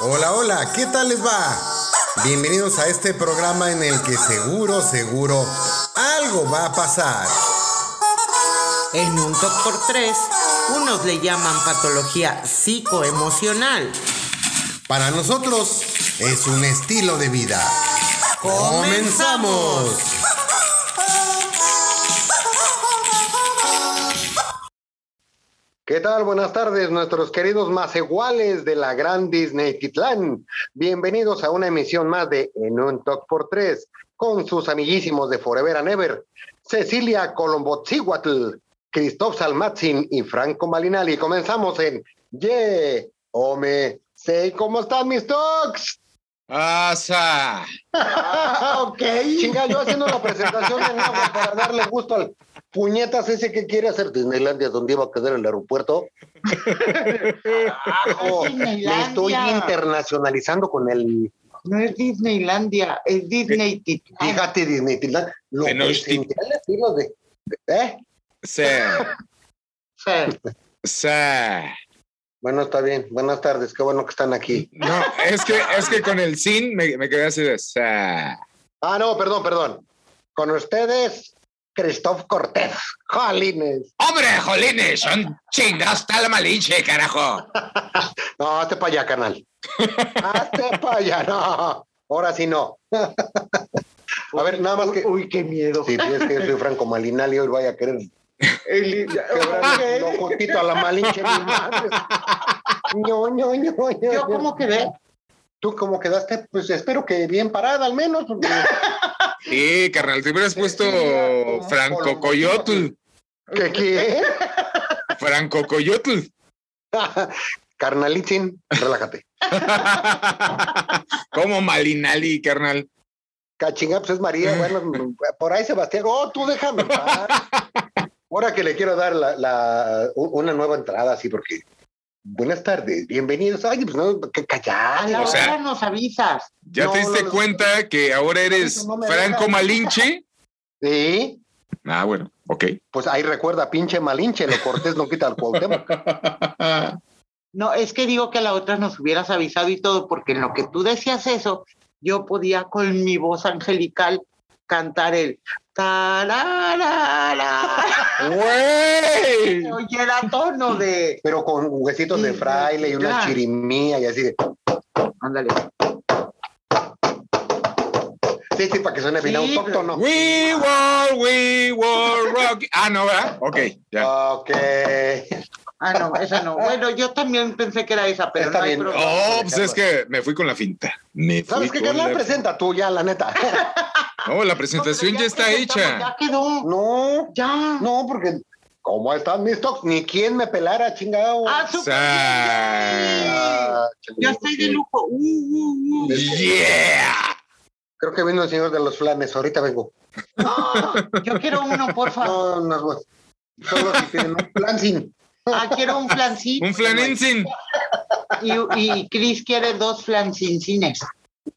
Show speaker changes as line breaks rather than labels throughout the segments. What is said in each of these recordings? Hola, ¿qué tal les va? Bienvenidos a este programa en el que seguro, seguro, algo va a pasar.
En un Doctor 3, unos le llaman patología psicoemocional.
Para nosotros es un estilo de vida. ¡Comenzamos! ¿Qué tal? Buenas tardes, nuestros queridos más iguales de la gran Disney Titlán. Bienvenidos a una emisión más de En un Talk por Tres con sus amiguísimos de Forever and Ever, Cecilia Colombotziguatl, Cristóbal Salmatzin y Franco Malinali. Comenzamos en Ye, Ome, Sei, ¿cómo están mis talks?
¡Asa!
ok. Chinga, yo haciendo la presentación en agua para darle gusto al puñetas ese que quiere hacer Disneylandia, donde iba a quedar el aeropuerto. Carajo, me Oh, estoy internacionalizando con el.
No es Disneylandia, es Disney Titlán.
Fíjate, Disney, Titlán, lo
Tenochtitlán.
presencial así, lo de. ¿Eh?
¡Sa! ¡Sa!
Bueno, está bien. Buenas tardes. Qué bueno que están aquí.
No, es que, es que con el sin me, me quedé así de ¡Sa!
Ah, no, perdón, perdón. Con ustedes, Cristóbal Cortés. Jolines.
¡Hombre, jolines! ¡Son chingados está la malinche, carajo!
No, hazte para allá, canal. Hazte para allá, no. Ahora sí no. A ver, nada más que.
Uy, qué miedo.
Si es que yo soy Franco Malinali, hoy vaya a querer
El-
quebrar
Ok.
el ojotito a la malinche, mi madre. No, no, no, no.
Yo
no.
cómo quedé.
¿Tú cómo quedaste? Pues espero que bien parada, al menos. porque-
Sí, carnal, te hubieras puesto Franco Coyotl.
¿Qué qué?
Franco Coyotl.
Carnalitzin, relájate.
Como Malinali, carnal.
Cachinga, pues es María, bueno, por ahí Sebastián, oh, tú déjame. en paz. Ahora que le quiero dar la, la- u- una nueva entrada, así, porque. Buenas tardes, bienvenidos. Ay, pues no, que
A la
callar.
O sea-
hora nos avisas.
¿Ya
No,
te diste
no, no.
cuenta que ahora eres
No me
Franco
dejas.
Malinche?
Sí,
Ah, bueno, ok.
pues ahí recuerda, pinche malinche, lo cortés no quita al Cuauhtémoc.
No, es que digo que a la otra nos hubieras avisado y todo, porque en lo que tú decías eso, yo podía con mi voz angelical cantar el tararara.
¡Güey!
Se oyera tono de.
Pero con huesitos de
Sí,
fraile y una
ya.
chirimía y así. de-
Ándale.
Sí, sí, para que suene bien
Sí,
autóctono.
We will, we will rock. Ah, no, ¿verdad? Ok, ya.
Ok.
Ah, no, esa no. Bueno, yo también pensé que era esa, pero
Está
no hay
bien.
problema.
Oh, pues es que me fui con la finta. Me fui
¿Sabes qué,
con
Carla?
la-
Presenta tú ya, la neta.
No, la
No, pero
presentación ya, está
presentamos,
hecha.
Ya quedó.
No,
Ya.
No, porque como están mis tocs, ni quien me pelara, chingado.
Ah, súper
Sa-
bien.
Ah, chingado.
Yo estoy de lujo. Uh, uh, uh.
Yeah.
Creo que vino el señor de los flanes, ahorita vengo.
Ah, yo quiero uno, por favor.
No, no, no. Solo si tienen un plan sin.
Ah, quiero un flancito.
Un flanencin.
Y, y Chris quiere dos flancincines.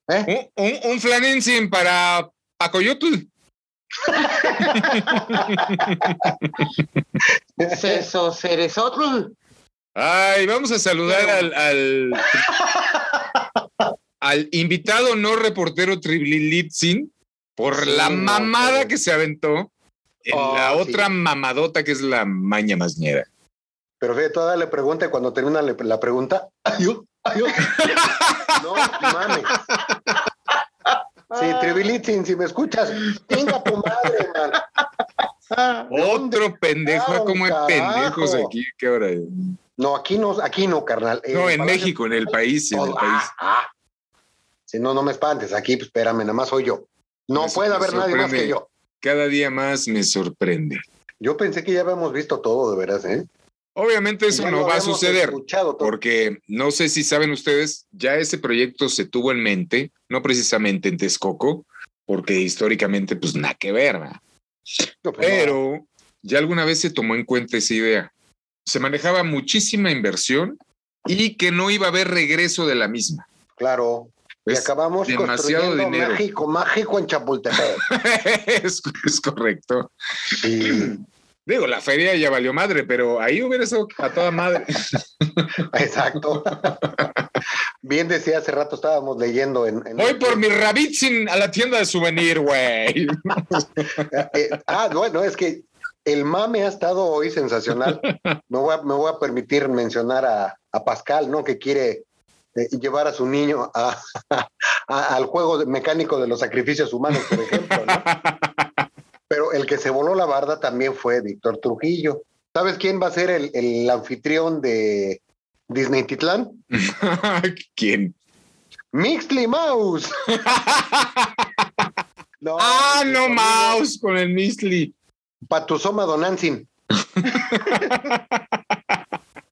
Un, un, un flanencin para Pacoyotl.
Ceso, seres otro.
Ay, vamos a saludar al, al, al invitado no reportero Triblilitzin por
Sí,
la
no,
mamada
pero-
que se aventó en
Oh,
la
sí.
otra mamadota que es la maña masñera.
Pero fíjate, todavía le pregunta y cuando termina le- la pregunta, ayú, ayú. No, mames. Sí,
Ah.
Tribilitzin, si me escuchas, venga tu madre, man. Ah, ¿de dónde?
Otro pendejo,
sacaron,
como hay pendejos
carajo?
aquí, qué hora. es?
No, aquí no, aquí no, carnal. Eh,
No, en
Palacio-
México, en el país, en el
Todo.
país.
Ah, ah. Si no, no me espantes. Aquí, pues, espérame, nada más soy yo. No
Me-
puede
me
haber nadie más que
sorprende.
yo.
Cada día más me sorprende.
Yo pensé que ya habíamos visto todo, de veras, ¿eh?
Obviamente eso
Ya
no
lo
va a
habíamos
suceder.
escuchado todo.
porque no sé si saben ustedes, ya ese proyecto se tuvo en mente, no precisamente en Texcoco, porque históricamente pues nada que ver, ¿verdad?
No, pues, no.
pero ya alguna vez se tomó en cuenta esa idea. Se manejaba muchísima inversión y que no iba a haber regreso de la misma.
claro. y
Es,
acabamos
demasiado
construyendo
dinero.
México mágico en Chapultepec.
es- es correcto.
Sí.
Digo, la feria ya valió madre, pero ahí hubiera estado a toda madre.
Exacto. Bien decía hace rato, estábamos leyendo en. en-
Voy por mi rabitzin a la tienda de souvenir, güey.
Eh, ah, bueno, es que el mame ha estado hoy sensacional. Me voy a, me voy a permitir mencionar a, a Pascal, ¿no? Que quiere eh, llevar a su niño a- a- al juego de- mecánico de los sacrificios humanos, por ejemplo, ¿no? Pero el que se voló la barda también fue Víctor Trujillo. ¿Sabes quién va a ser el, el anfitrión de Disney Titlán?
¿Quién?
Mixly Mouse. No,
Ah,
mi
no,
amigo
Mouse con el Misli.
Patusoma Donantzin.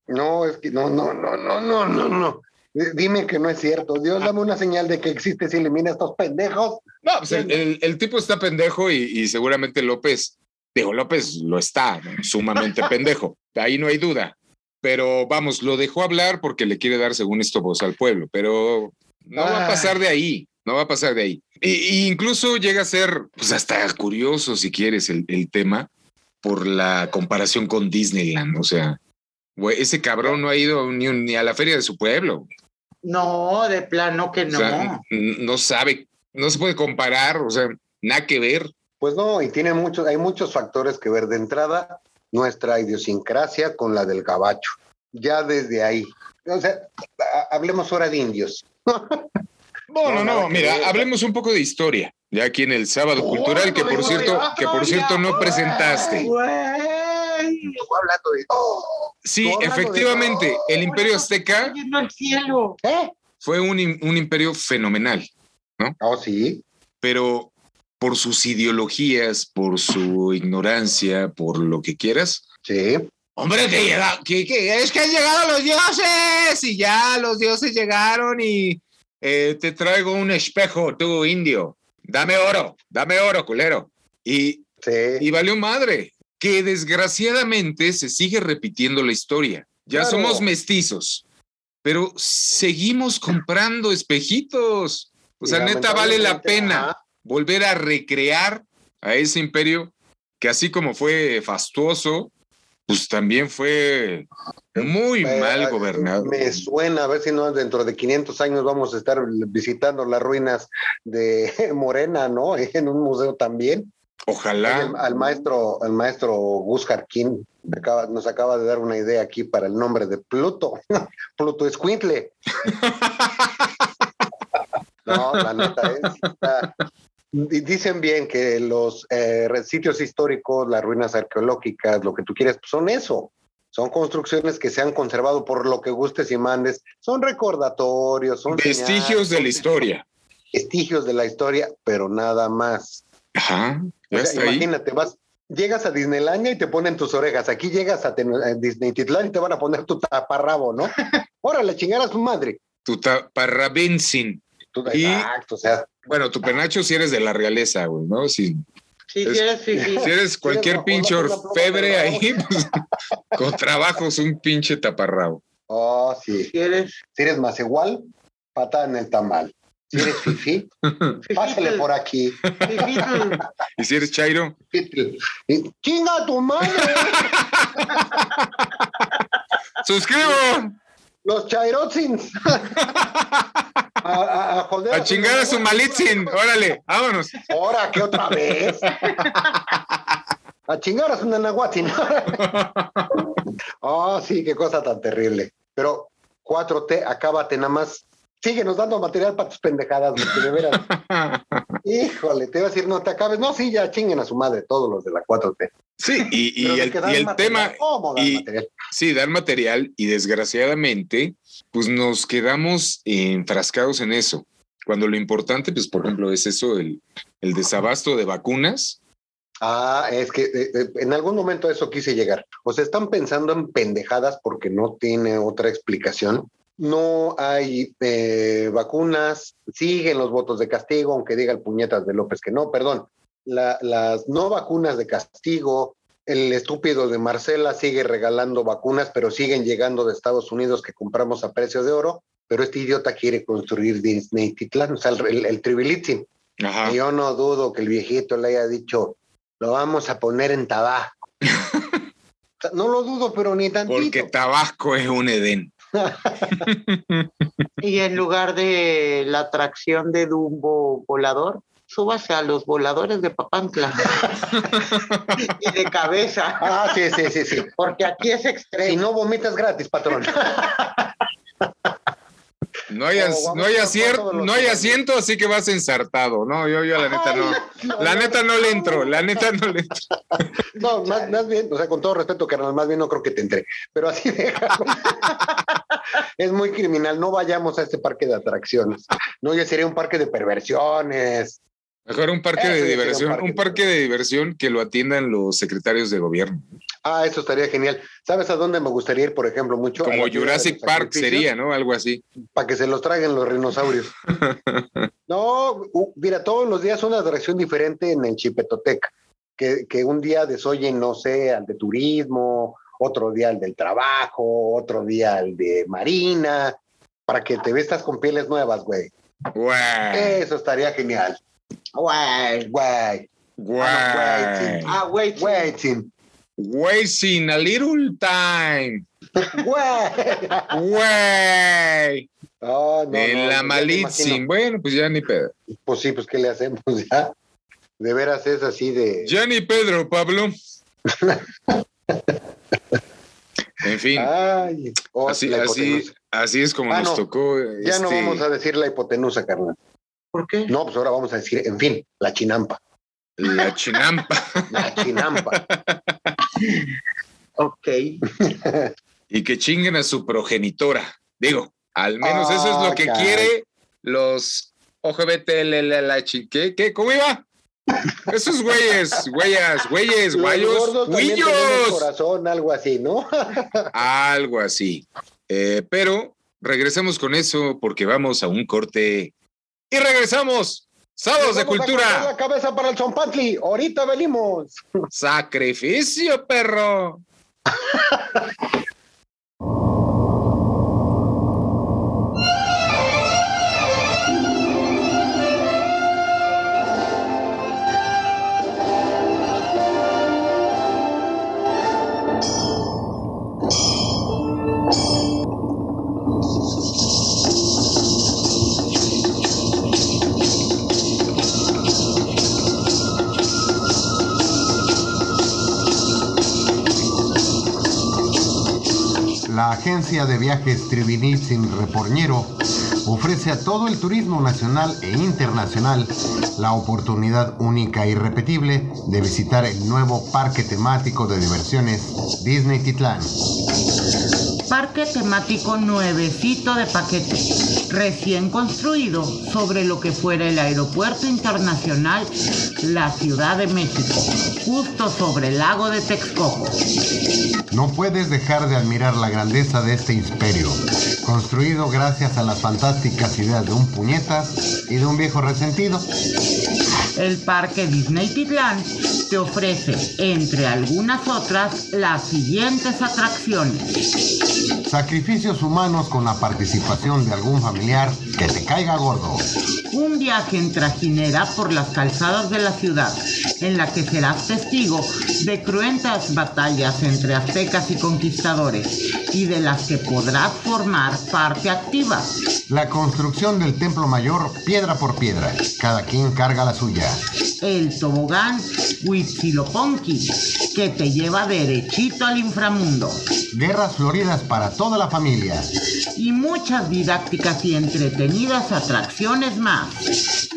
no, es que no, no, no, no, no, no, no. D- Dime que no es cierto. Dios,
Ah.
dame una señal de que existe si elimina a estos pendejos.
No, pues el, el- el tipo está pendejo y, y seguramente López, digo, López lo está, ¿no? sumamente pendejo, ahí no hay duda. Pero vamos, lo dejó hablar porque le quiere dar, según esto, voz al pueblo, pero no va a
Ah.
pasar de ahí, no va a pasar de ahí. Y, y incluso llega a ser, pues hasta curioso, si quieres, el, el tema por la comparación con Disneyland, o sea, güey, ese cabrón no ha ido ni, un- ni a la feria de su pueblo.
No, de plano que no.
O sea, n- no sabe, no se puede comparar, o sea, nada que ver.
Pues no, y tiene muchos, hay muchos factores que ver. De entrada, nuestra idiosincrasia con la del gabacho. Ya desde ahí. O sea, ha- hablemos ahora de indios.
Bueno,
No, nada
no,
que
mira,
ver.
hablemos un poco de historia, ya aquí en el sábado
Oh,
cultural, que
no
por
digo
cierto,
de-
que por cierto no presentaste.
Güey.
Estuvo hablando de. ¡Oh!
Sí,
Estoy hablando de-
efectivamente, el imperio azteca
Estoy Yendo al cielo.
¿Eh?
fue un, im- un imperio fenomenal,
Oh, sí.
pero por sus ideologías, por su ignorancia, por lo que quieras.
Sí.
Hombre, que, llega- que- que- es que han llegado los dioses y ya los dioses llegaron y eh, te traigo un espejo, tú indio. Dame oro, dame oro, culero. Y,
Sí.
y valió madre, que desgraciadamente se sigue repitiendo la historia. Ya
Claro.
somos mestizos, pero seguimos comprando espejitos. O sea,
Y
neta vale la
lamentablemente,
pena
ajá.
volver a recrear a ese imperio que así como fue fastuoso, pues también fue muy
Eh,
mal gobernado.
Me suena, a ver si no dentro de 500 años vamos a estar visitando las ruinas de Morena, ¿no? En un museo también.
Ojalá.
Al, al maestro, al maestro Gus Jarquín acaba- nos acaba de dar una idea aquí para el nombre de Pluto. Pluto Escuintle. No, la neta es. está- di- Dicen bien que los eh, re- sitios históricos, las ruinas arqueológicas, lo que tú quieras, pues, son eso. Son construcciones que se han conservado por lo que gustes y mandes. Son recordatorios, son señales,
Vestigios de la historia.
vestigios de la historia, pero nada más.
Ajá.
O
Ya
sea,
está ahí.
imagínate, vas, llegas a Disneylandia y te ponen tus orejas. Aquí llegas a, Ten- a Disney Titlán y te van a poner tu taparrabo, ¿no? Órale, chingar a su madre.
Tu taparrabensin.
Tú-
Y-
Exacto, o sea,
Bueno, tu penacho si eres de la realeza, güey, ¿no? Si,
Si
Es-
quieres fifí.
si eres cualquier
una-
pinche
una pluma
orfebre
de
ahí, pues, con trabajos un pinche taparrabo.
oh, sí.
Si eres
Si eres más igual, patada en el tamal. Si eres fifi,
fifí,
pásale
tú-
por aquí.
fifí, tú-
Y si eres chairo,
Y, ¡Chinga a tu madre!
suscribo
Los chairotzins. A, a- a joder.
a chingar a su malitzin. Órale, vámonos.
Ahora, ¿qué otra vez? A chingar a su nanahuatzin. Oh, sí, qué cosa tan terrible. Pero 4T, acábate nada más. Síguenos dando material para tus pendejadas, porque de veras. Híjole, te iba a decir, no te acabes. No, sí, ya chinguen a su madre todos los de la 4T.
Sí, y, y
Pero de
el,
que dan
y el
material,
tema,
¿Cómo dan
y-
material?
sí, dar material y desgraciadamente, pues nos quedamos enfrascados en eso. Cuando lo importante, pues por ejemplo, es eso, el, el desabasto de vacunas.
Ah, es que eh, eh, en algún momento a eso quise llegar. O sea, están pensando en pendejadas porque no tiene otra explicación. No hay eh, vacunas, siguen los votos de castigo, aunque diga el puñetas de López que no, perdón. La- las no vacunas de castigo, el estúpido de Marcela sigue regalando vacunas, pero siguen llegando de Estados Unidos que compramos a precio de oro, pero este idiota quiere construir Disney Titlán, o sea, el, el, el Tribilitzin.
Ajá.
Y Yo no dudo que el viejito le haya dicho, lo vamos a poner en tabaco. No lo dudo, pero ni tantito.
Porque Tabasco es un Edén.
Y en lugar de la atracción de Dumbo volador, súbase a los voladores de Papantla. y de cabeza,
Ah, sí, sí, sí, sí.
porque aquí es
Si
extremo.
no vomitas gratis, patrón.
No hay, as-
Oh, vamos
no hay,
a
asier-
todos los
no hay
días.
asiento, así que vas ensartado. No, yo, yo la neta no. La neta no le entro, la neta no le entro.
No, más, más bien, o sea, con todo respeto, carnal, más bien no creo que te entre. Pero así déjalo. es muy criminal. No vayamos a este parque de atracciones. No, ya sería un parque de perversiones.
Mejor un parque
Eso
de
ya sería un
diversión,
parque
un
de
parque de diversión que lo atiendan los secretarios de gobierno.
Ah, eso estaría genial. ¿Sabes a dónde me gustaría ir, por ejemplo, mucho? A la
Como
Ciudad de los
Jurassic Park
Sacrificios,
sería, ¿no? Algo así.
Para que se los traguen los dinosaurios. no, u- mira, todos los días una atracción diferente en el Chipetotec. Que, que un día desoyen, no sé, al de turismo, otro día al del trabajo, otro día al de marina, para que te vistas con pieles nuevas, güey.
Guay.
Eso estaría genial.
Guay.
Güey,
Guay.
sí.
Ah, güey, sí.
güey, chin,
Wasting a little time.
güey.
Güey.
No, no,
en
no, ya
la
te
Malitzin.
imagino.
Bueno, pues ya ni Pedro.
Pues sí, pues ¿qué le hacemos ya? De veras es así de...
Ya ni Pedro, Pablo. en fin,
Ay, oh,
así,
la
así,
hipotenusa.
así es como
Ah,
nos
no.
tocó.
Ya no
este,
vamos a decir la hipotenusa, carnal.
¿Por qué?
No, pues ahora vamos a decir, en fin, la chinampa.
La chinampa.
La chinampa.
Ok.
y que chinguen a su progenitora. Digo, al menos eso es lo
Ah,
que
caray.
quiere los OGBT, la, la, la chi- ¿qué? ¿Qué? ¿Cómo iba? Esos güeyes, güeyas, güeyes,
Los
guayos,
gordos también tienen
huillos.
corazón, algo así, ¿no?
Algo así. Eh, pero regresemos con eso porque vamos a un corte y regresamos. Sábados de
Vamos a cortar
cultura.
La cabeza para el chompantli. Ahorita venimos.
Sacrificio, perro.
La agencia de viajes Trivinicin Reporñero ofrece a todo el turismo nacional e internacional la oportunidad única e irrepetible de visitar el nuevo parque temático de diversiones Disney Titlán.
Parque temático nuevecito de paquete, recién construido sobre lo que fuera el Aeropuerto Internacional La Ciudad de México, justo sobre el lago de Texcoco.
No puedes dejar de admirar la grandeza de este imperio, construido gracias a las fantásticas ideas de un puñetas y de un viejo resentido.
El Parque Disney Titlán te ofrece, entre algunas otras, las siguientes atracciones.
Sacrificios humanos con la participación de algún familiar que te caiga gordo.
Un viaje en trajinera por las calzadas de la ciudad, en la que serás testigo de cruentas batallas entre aztecas y conquistadores, y de las que podrás formar parte activa.
La construcción del templo mayor piedra por piedra. Cada quien carga la suya.
El tobogán Huitzilopochtli, que te lleva derechito al inframundo.
Guerras floridas para toda la familia.
Y muchas didácticas y entretenidas atracciones más.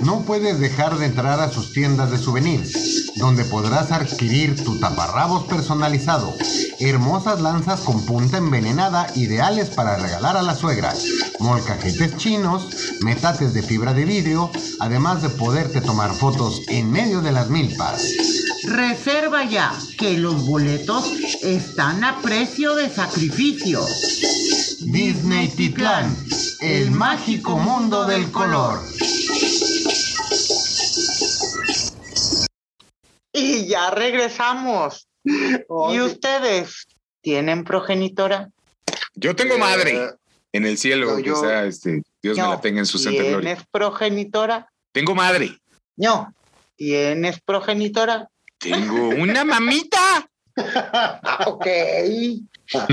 No puedes dejar de entrar a sus tiendas de souvenirs, donde podrás adquirir tu taparrabos personalizado, hermosas lanzas con punta envenenada ideales para regalar a la suegra, molcajetes chinos, metates de fibra de vidrio, además de poderte tomar fotos en medio de las milpas.
Reserva ya, que los boletos están a precio de sacrificio.
Disney Titlán, el mágico mundo del color.
Y ya regresamos. ¿Y ustedes tienen progenitora?
Yo tengo
Eh,
madre en el cielo,
no, yo-
que sea, este, Dios me
No,
la tenga en su santa gloria.
¿Tienes progenitora?
Tengo madre.
No. ¿Tienes progenitora?
Tengo una mamita.
ah, ok. Pues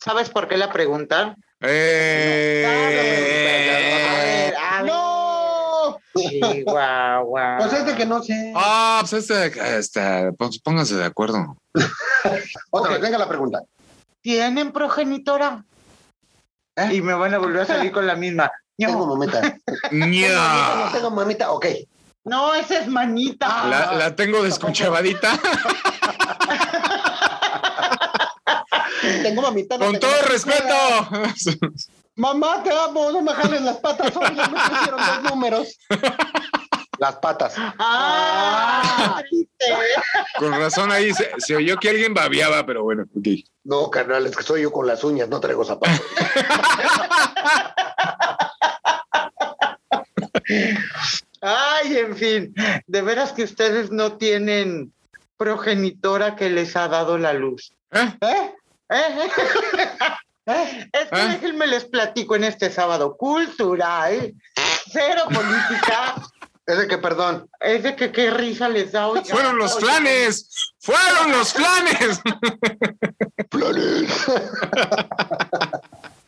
¿Sabes por qué la pregunta?
¡Eh!
A ver,
¡No!
Chihuahua.
Pues es de que no sé.
Ah, pues este, este, pues pónganse de acuerdo.
Otra
ok.
vez, venga la pregunta.
¿Tienen progenitora?
¿Eh?
Y me van a volver a salir con la misma.
Tengo
No,
mamita. No
¡Nya!
tengo mamita, ok.
no, esa es manita.
La, la tengo desconchevadita.
Tengo mamita. no
Con
tengo
todo
mamita.
respeto.
Mamá, te amo, no me jales las patas. Hoy ya me pusieron dos números. Las patas.
Ah,
Ah.
triste.
Con razón ahí se, se oyó que alguien babiaba, pero bueno, ok.
No, carnal, es que soy yo con las uñas, no traigo zapatos.
Ay, en fin, de veras que ustedes no tienen progenitora que les ha dado la luz.
¿Eh?
¿Eh? ¿Eh? ¿Eh? Es que
¿Eh?
déjenme les platico en este sábado cultural, cero política,
Es de que, perdón,
es de que qué risa les da hoy.
Fueron los planes. Fueron los planes.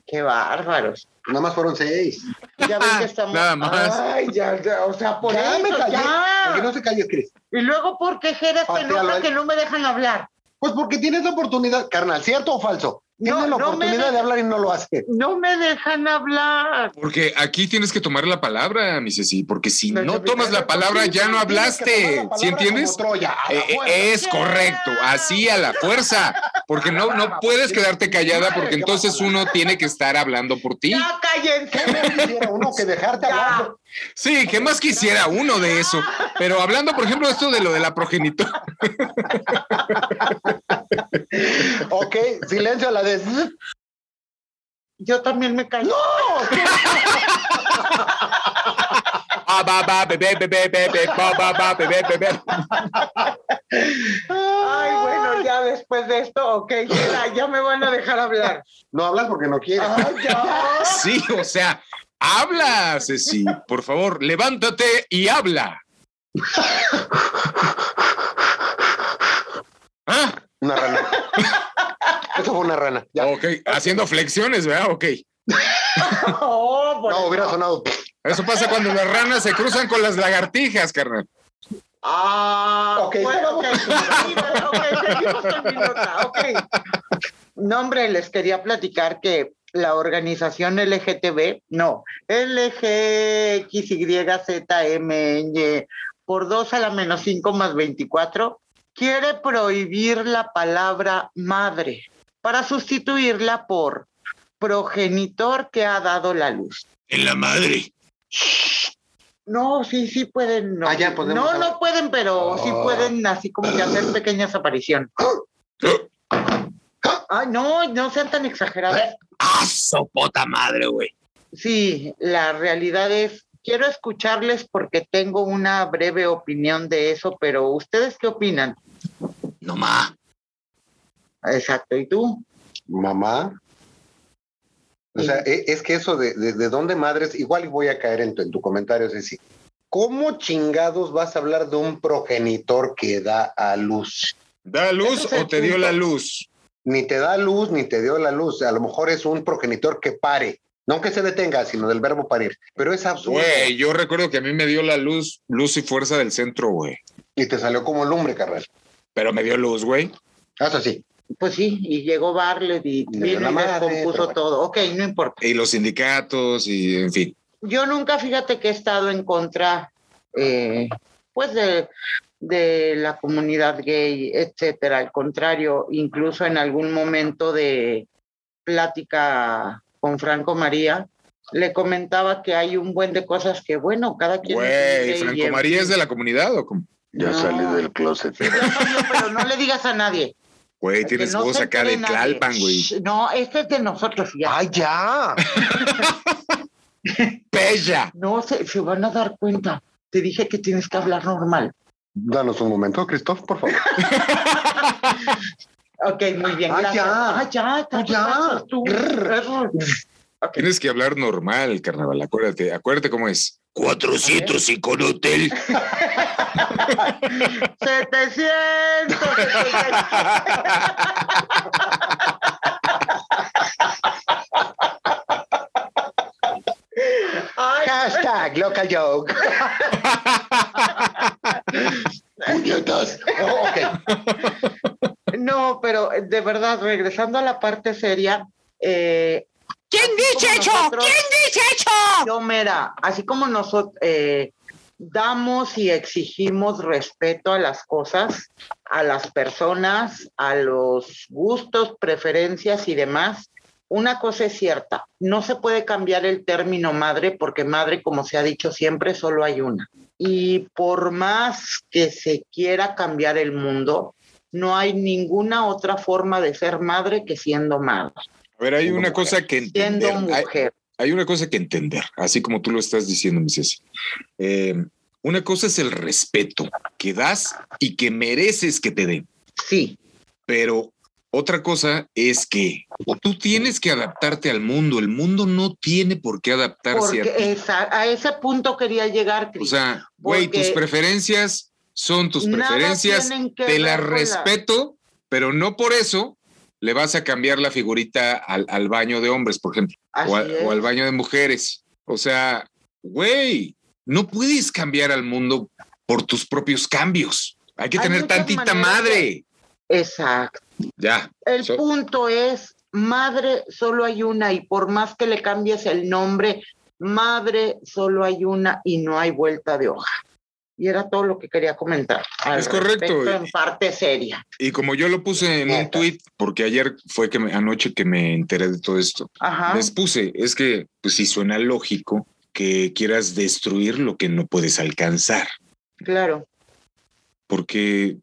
Qué bárbaros.
nada más fueron seis.
Ya ven que estamos.
Nada más.
Ay, ya, ya, o sea, por
ya
eso,
me callé.
ya.
Porque no se calles, Cris.
Y luego, ¿por qué Jerez se
Patealo,
enoja
eh.
que no me dejan hablar?
Pues porque tienes la oportunidad, carnal, ¿cierto o falso? Tienes
No,
la
no me
oportunidad
de-
de hablar y no lo hace.
No me dejan hablar.
Porque aquí tienes que tomar la palabra, mi Ceci, porque si
Pero
no
yo-
tomas la palabra, ya no hablaste. ¿Sí entiendes?
Troya, a la
Eh, eh,
fuerza.
es correcto, así a la fuerza, porque no, no puedes quedarte callada porque entonces uno tiene que estar hablando por ti.
Ya cállense.
¿Qué más quisiera uno que dejarte
Ya.
hablar?
Sí, ¿qué más quisiera uno de eso? Pero hablando, por ejemplo, esto de lo de la progenitora.
Ok, silencio a la de.
Yo también me callo.
Ah, ba, ba, be, be, be, be, be, be, ba, ba, ba, be, be, be, be.
Ay, bueno, ya después de esto, ok, ya, ya me van a dejar hablar.
No hablas porque no quieres.
Ay, ya.
Sí, o sea, habla, Ceci, por favor, levántate y habla. Ah,
Una rana. Eso fue una rana. Ya.
ok, haciendo flexiones, ¿verdad? Ok.
No, por-
No, hubiera sonado.
Eso pasa cuando las ranas se cruzan con las lagartijas, carnal.
Ah,
Ok,
bueno,
vamos.
ok, sí, bueno, ok, seguimos con mi nota, ok. No, hombre, les quería platicar que la organización LGTB, no, LGXYZMY, por 2 a la menos 5 más 24, quiere prohibir la palabra madre para sustituirla por progenitor que ha dado la luz.
En la madre.
No, sí, sí pueden. No,
Ah, ya podemos
no,
hablar.
no pueden, pero sí
Oh.
pueden así como que hacer pequeñas apariciones. Ay, no, no sean tan exageradas.
¡Ah, sopota madre, güey!
Sí, la realidad es, quiero escucharles porque tengo una breve opinión de eso, pero ¿ustedes qué opinan?
No más.
Exacto, ¿y tú?
Mamá. O sea, e- es que eso de, de, de dónde madres, igual voy a caer en tu, en tu comentario, Ceci. ¿Cómo chingados vas a hablar de un progenitor que da a luz?
¿Da luz
Ese es el
o te dio
punto.
la luz?
Ni te da luz, ni te dio la luz. A lo mejor es un progenitor que pare. No que se detenga, sino del verbo parir. Pero es absurdo.
Güey, yo recuerdo que a mí me dio la luz, luz y fuerza del centro, güey.
Y te salió como lumbre, carnal.
Pero me dio luz, güey.
Eso sí.
Pues sí, y llegó Barlet y,
Me dio la
vino y
madre, pero
descompuso
bueno.
todo. Ok, no importa.
Y los sindicatos y, en fin.
yo nunca, fíjate que he estado en contra, eh, pues, de, de la comunidad gay, etcétera. Al contrario, incluso en algún momento de plática con Franco María, le comentaba que hay un buen de cosas que, bueno, cada quien. es
Güey,
libre y
Franco
en
María
fin.
es de la comunidad o cómo?
Ya No. salí del
closet.
Sí, ya salió, pero no le digas a nadie.
Güey,
que
tienes
no
voz
se
acá de
entere nadie.
Tlalpan, güey.
Shh, No, este es de nosotros ya.
¡Ay, ya!
¡Bella!
No, se, se van a dar cuenta. Te dije que tienes que hablar normal.
Danos un momento, Christoph, por favor.
Ok, muy bien.
Ah,
gracias.
ya.
Ah, ya,
Ah, ya.
tranquilazo, tú.
Grrr.
Ok.
Tienes que hablar normal, carnaval. Acuérdate, acuérdate cómo es.
400 y con hotel.
700. Ay,
Hashtag local joke.
Puñetas.
Oh, ok.
no, pero eh, de verdad, regresando a la parte seria, eh,
¿Quién dice
como
eso?
nosotros-
¿Quién dice eso?
yo mira, así como nosotros damos y exigimos respeto a las cosas, a las personas, a los gustos, preferencias y demás, una cosa es cierta, no se puede cambiar el término madre porque madre, como se ha dicho siempre, solo hay una. Y por más que se quiera cambiar el mundo, no hay ninguna otra forma de ser madre que siendo madre,
A ver, hay una cosa que entender.
siendo
Hay,
mujer.
hay una cosa que entender, así como tú lo estás diciendo, mi Ceci. Eh, una cosa es el respeto que das y que mereces que te den.
Sí,
Pero otra cosa es que tú tienes que adaptarte al mundo. El mundo no tiene por qué adaptarse a ti.
porque esa- a ese punto quería llegar,
O
Cris.
sea, güey,
porque
tus preferencias son tus
Nada
preferencias.
tienen que
Te
ver
las
con la-
respeto, pero no por eso le vas a cambiar la figurita al, al baño de hombres, por ejemplo,
Así
o, a-
es.
o al baño de mujeres. O sea, güey, no puedes cambiar al mundo por tus propios cambios. Hay que
Hay
tener
muchas
tantita
maneras de-
madre.
Exacto.
Ya.
El
So-
punto es, madre solo hay una y por más que le cambies el nombre, madre solo hay una y no hay vuelta de hoja. Y era todo lo que quería comentar. al
Es correcto,
respecto,
y-
En parte seria.
Y como yo lo puse en un
Neta.
tuit, porque ayer fue que me- anoche que me enteré de todo esto,
Ajá.
les puse, es que pues sí suena lógico que quieras destruir lo que no puedes alcanzar,
Claro.
porque,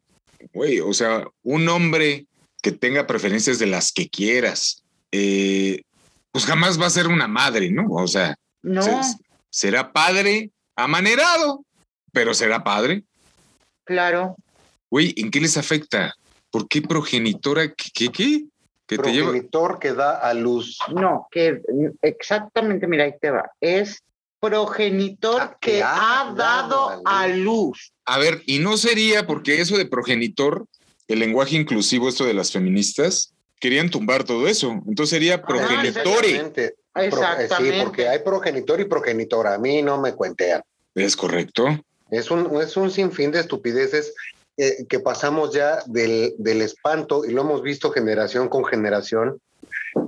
güey, o sea, un hombre que tenga preferencias de las que quieras, eh, pues jamás va a ser una madre, ¿no? O sea,
No,
se- será padre amanerado, pero será padre.
claro.
Güey, ¿en qué les afecta? ¿Por qué progenitora? ¿Qué? ¿Qué? qué? ¿Que te lleva?
Progenitor que da a luz.
No, que mm, exactamente, mira, ahí te va. Es progenitor
Ah,
que, ha dado a luz.
A ver, y no sería porque eso de progenitor, el lenguaje inclusivo, esto de las feministas, querían tumbar todo eso. Entonces sería progenitore.
Ah, Exactamente. Pro- eh,
Exactamente.
Sí, porque hay progenitor y progenitora. A mí no me cuentean.
Es correcto.
Es un, es un sinfín de estupideces eh, que pasamos ya del, del espanto y lo hemos visto generación con generación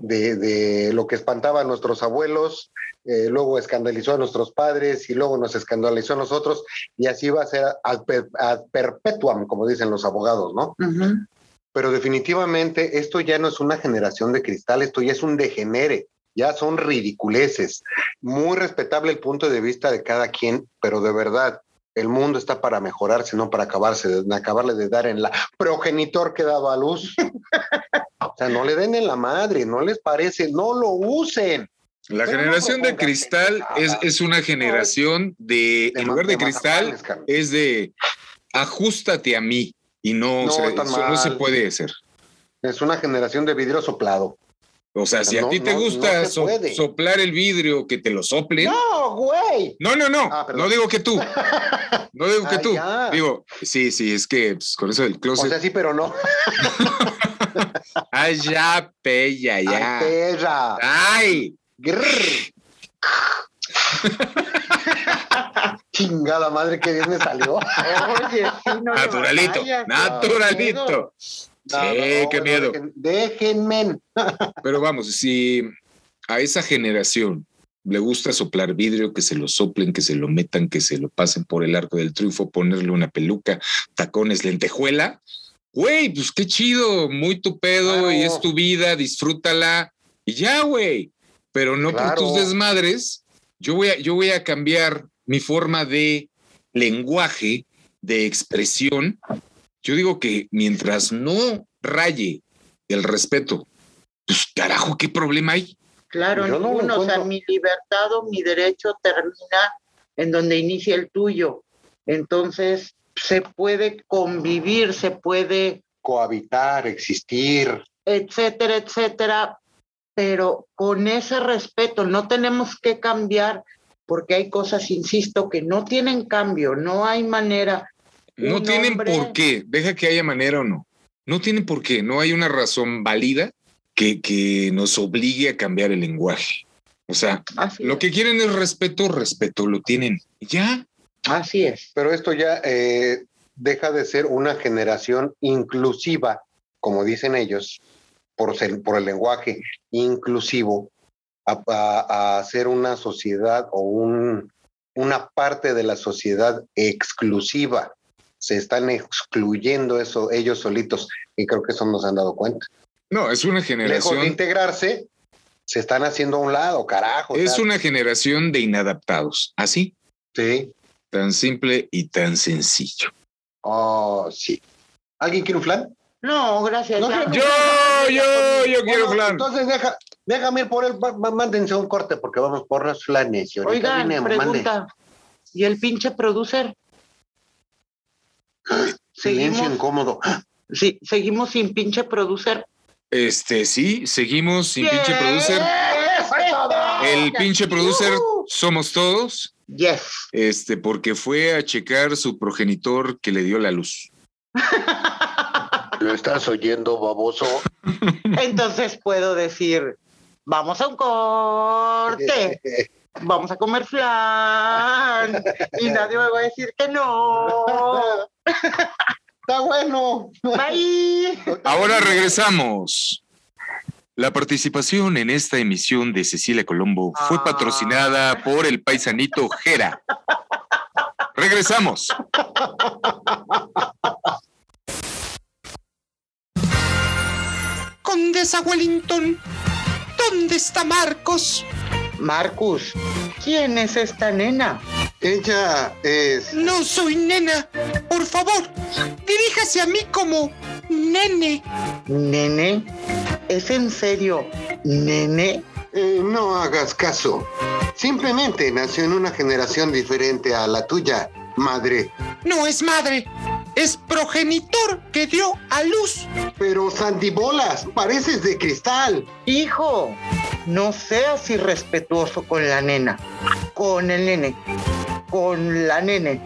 de, de lo que espantaba a nuestros abuelos, eh, luego escandalizó a nuestros padres y luego nos escandalizó a nosotros y así va a ser ad, per- ad perpetuam, como dicen los abogados, ¿no?
Ujú.
Pero definitivamente esto ya no es una generación de cristal, esto ya es un degenere, ya son ridiculeces. Muy respetable el punto de vista de cada quien, pero de verdad, el mundo está para mejorarse, no para acabarse, de- acabarle de dar en la progenitor que daba a luz. o sea, no le den en la madre, no les parece, no lo usen.
La
Pero no
generación de
propongas
cristal es,
pendejadas.
es una generación de, en
ma-
lugar de cristal,
mazapanes, carnal.
es de ajustate a mí. Y no,
No,
se-
está
eso no se
mal.
puede hacer.
Es una generación de vidrio soplado.
O sea, si a
No,
ti te
no, no
gusta
se
so-
puede.
soplar el vidrio, que te lo soplen.
No, güey.
No, no, no.
Ah, perdón.
no digo que tú. No digo que
Ah,
tú.
ya.
Digo, sí, sí, es que pues, con eso del
O
closet.
sea, sí, pero no.
Ay, ya, pe, ya, ya.
Ay, perra.
Ay,
Grrr. Chingada madre que bien me salió.
Oye, sí, no le
naturalito,
batallas,
naturalito.
miedo.
Sí,
No, no, no,
qué
bueno,
miedo.
dejen- déjenme.
Pero vamos, si a esa generación le gusta soplar vidrio, que se lo soplen, que se lo metan, que se lo pasen por el arco del triunfo, ponerle una peluca, tacones, lentejuela. Güey, pues qué chido, muy tu pedo
Claro.
y es tu vida, disfrútala y ya, güey. Pero no
Claro.
por tus desmadres. Yo voy, a, yo voy a cambiar mi forma de lenguaje, de expresión. Yo digo que mientras no raye el respeto, pues carajo, ¿qué problema hay?
Claro,
Yo no lo
ninguno. o sea,
encuentro.
mi libertad o mi derecho termina en donde inicia el tuyo. Entonces, se puede convivir, se puede,
Cohabitar, existir.
etcétera, etcétera, pero con ese respeto no tenemos que cambiar porque hay cosas, insisto, que no tienen cambio, no hay manera.
No
Un
tienen
hombre-
por qué, deja que haya manera o no. No tienen por qué, no hay una razón válida que, que nos obligue a cambiar el lenguaje. O sea,
Así,
lo que quieren es respeto, respeto lo tienen. Ya,
así es.
Pero esto ya eh, deja de ser una generación inclusiva, como dicen ellos, por, ser- por el lenguaje inclusivo, a, a- a ser una sociedad o un- una parte de la sociedad exclusiva. Se están excluyendo eso ellos solitos y creo que eso nos han dado cuenta.
no, es una
Lejos de
generación,
integrarse, se están haciendo a un lado, carajo.
es
tal.
una generación de inadaptados. Así,
Sí.
tan simple y tan sencillo.
Oh, sí. ¿Alguien quiere un flan?
No, gracias.
No,
ya.
yo-
Yo, yo, yo
pues,
quiero
Bueno,
flan.
Entonces deja, déjame ir por él, va- va- mándense un corte porque vamos por los flanes. y ahorita
Oigan,
vinimos, mande.
pregunta. ¿Y el pinche producer?
Silencio
Seguimos,
incómodo.
sí, seguimos sin pinche producer.
Este, sí, seguimos sin pinche
Yes.
producer.
¡Eso es todo!
El pinche producer
Yuhu.
somos todos.
Yes.
Este, porque fue a checar su progenitor que le dio la luz.
¿Lo estás oyendo, baboso?
Entonces puedo decir, vamos a un
Este,
corte, vamos a comer flan y nadie me va a decir que no.
Está bueno.
Bye.
Ahora regresamos. La participación en esta emisión de Cecilia Colombo fue
Ah.
patrocinada por el paisanito Jera. Regresamos.
Condesa Wellington, ¿dónde está Marcos?
Marcus, ¿quién es esta nena?
Ella es.
No soy nena. Por favor, diríjase a mí como nene.
¿Nene? ¿Es en serio? ¿Nene?
eh, no hagas caso. Simplemente nació en una generación diferente a la tuya, madre.
No es madre, es progenitor que dio a luz.
Pero Sandibolas, pareces de cristal.
Hijo, no seas irrespetuoso con la nena, con el nene, con la nene,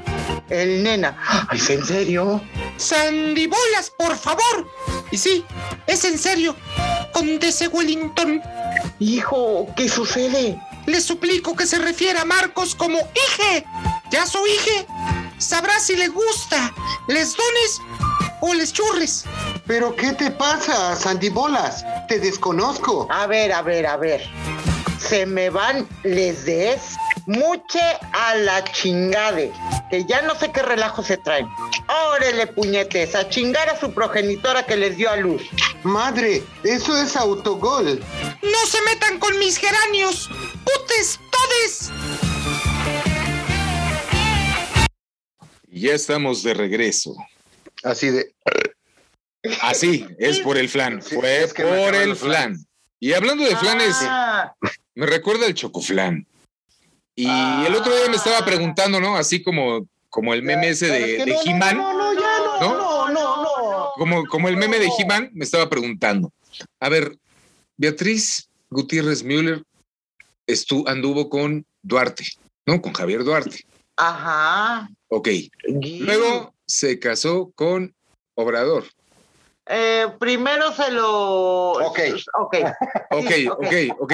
el nena. Ay, ¿Es en serio?
Sandibolas, por favor. Y sí, es en serio. Condesa Wellington,
Hijo, ¿qué sucede?
le suplico que se refiera a Marcos como hije. Ya su hije. Sabrá si le gusta, les dones o les churres.
¿Pero qué te pasa, Sandibolas? Te desconozco.
A ver, a ver, a ver. Se me van les des muche a la chingade. Que ya no sé qué relajo se traen. Órale, puñetes, a chingar a su progenitora que les dio a luz.
Madre, eso es autogol.
No se metan con mis geranios. Putes todes.
Ya estamos de regreso.
Así de.
Así, es por el flan.
Sí,
Fue
es que me
por
acaban
el
los
flan. Y hablando de flanes,
Ah,
me recuerda el chocoflan. Y
Ah.
el otro día me estaba preguntando, ¿no? Así como, como el meme ese de, de He-Man.
No, no, no, ya no, no,
¿No?
no, no.
como, como el meme de he me estaba preguntando. A ver, Beatriz Gutiérrez Müller estu- anduvo con Duarte, ¿no? Con Javier Duarte.
Ajá.
Ok. Luego se casó con Obrador.
Eh, primero se lo.
Ok.
Ok,
Ok,
Sí,
ok, ok.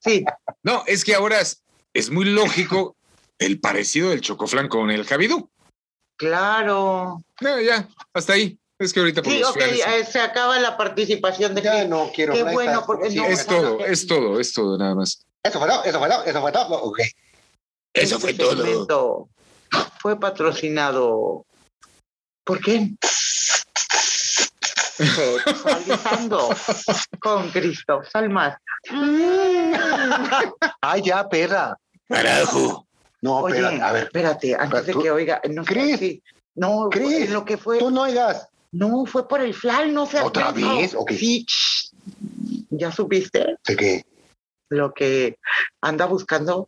sí.
No, es que ahora es, es muy lógico el parecido del Chocoflan con el Javidú.
Claro.
No, ya, hasta ahí. Es que ahorita por
Sí,
los
ok,
flanes-
eh, se acaba la participación de
Ya
Cris.
no quiero
Qué
flaitas,
bueno, porque
sí,
no-
Es todo, es todo, es todo, nada más.
Eso fue todo, eso fue todo, eso fue todo. Ok.
Eso
Este
fue todo.
segmento Fue patrocinado. ¿Por qué? Sexualizando con Cristo. Salmas.
Ah, ya, perra.
Carajo.
No,
Oye,
perra, a ver.
espérate, antes de
tú-
que oiga. No, sé
Cris,
si- no,
Cris,
en lo que fue.
Tú no oigas.
No, fue por el flan, no se
¿Otra vez? Ok.
Sí, shh. ¿Ya supiste
¿De qué?
lo que anda buscando?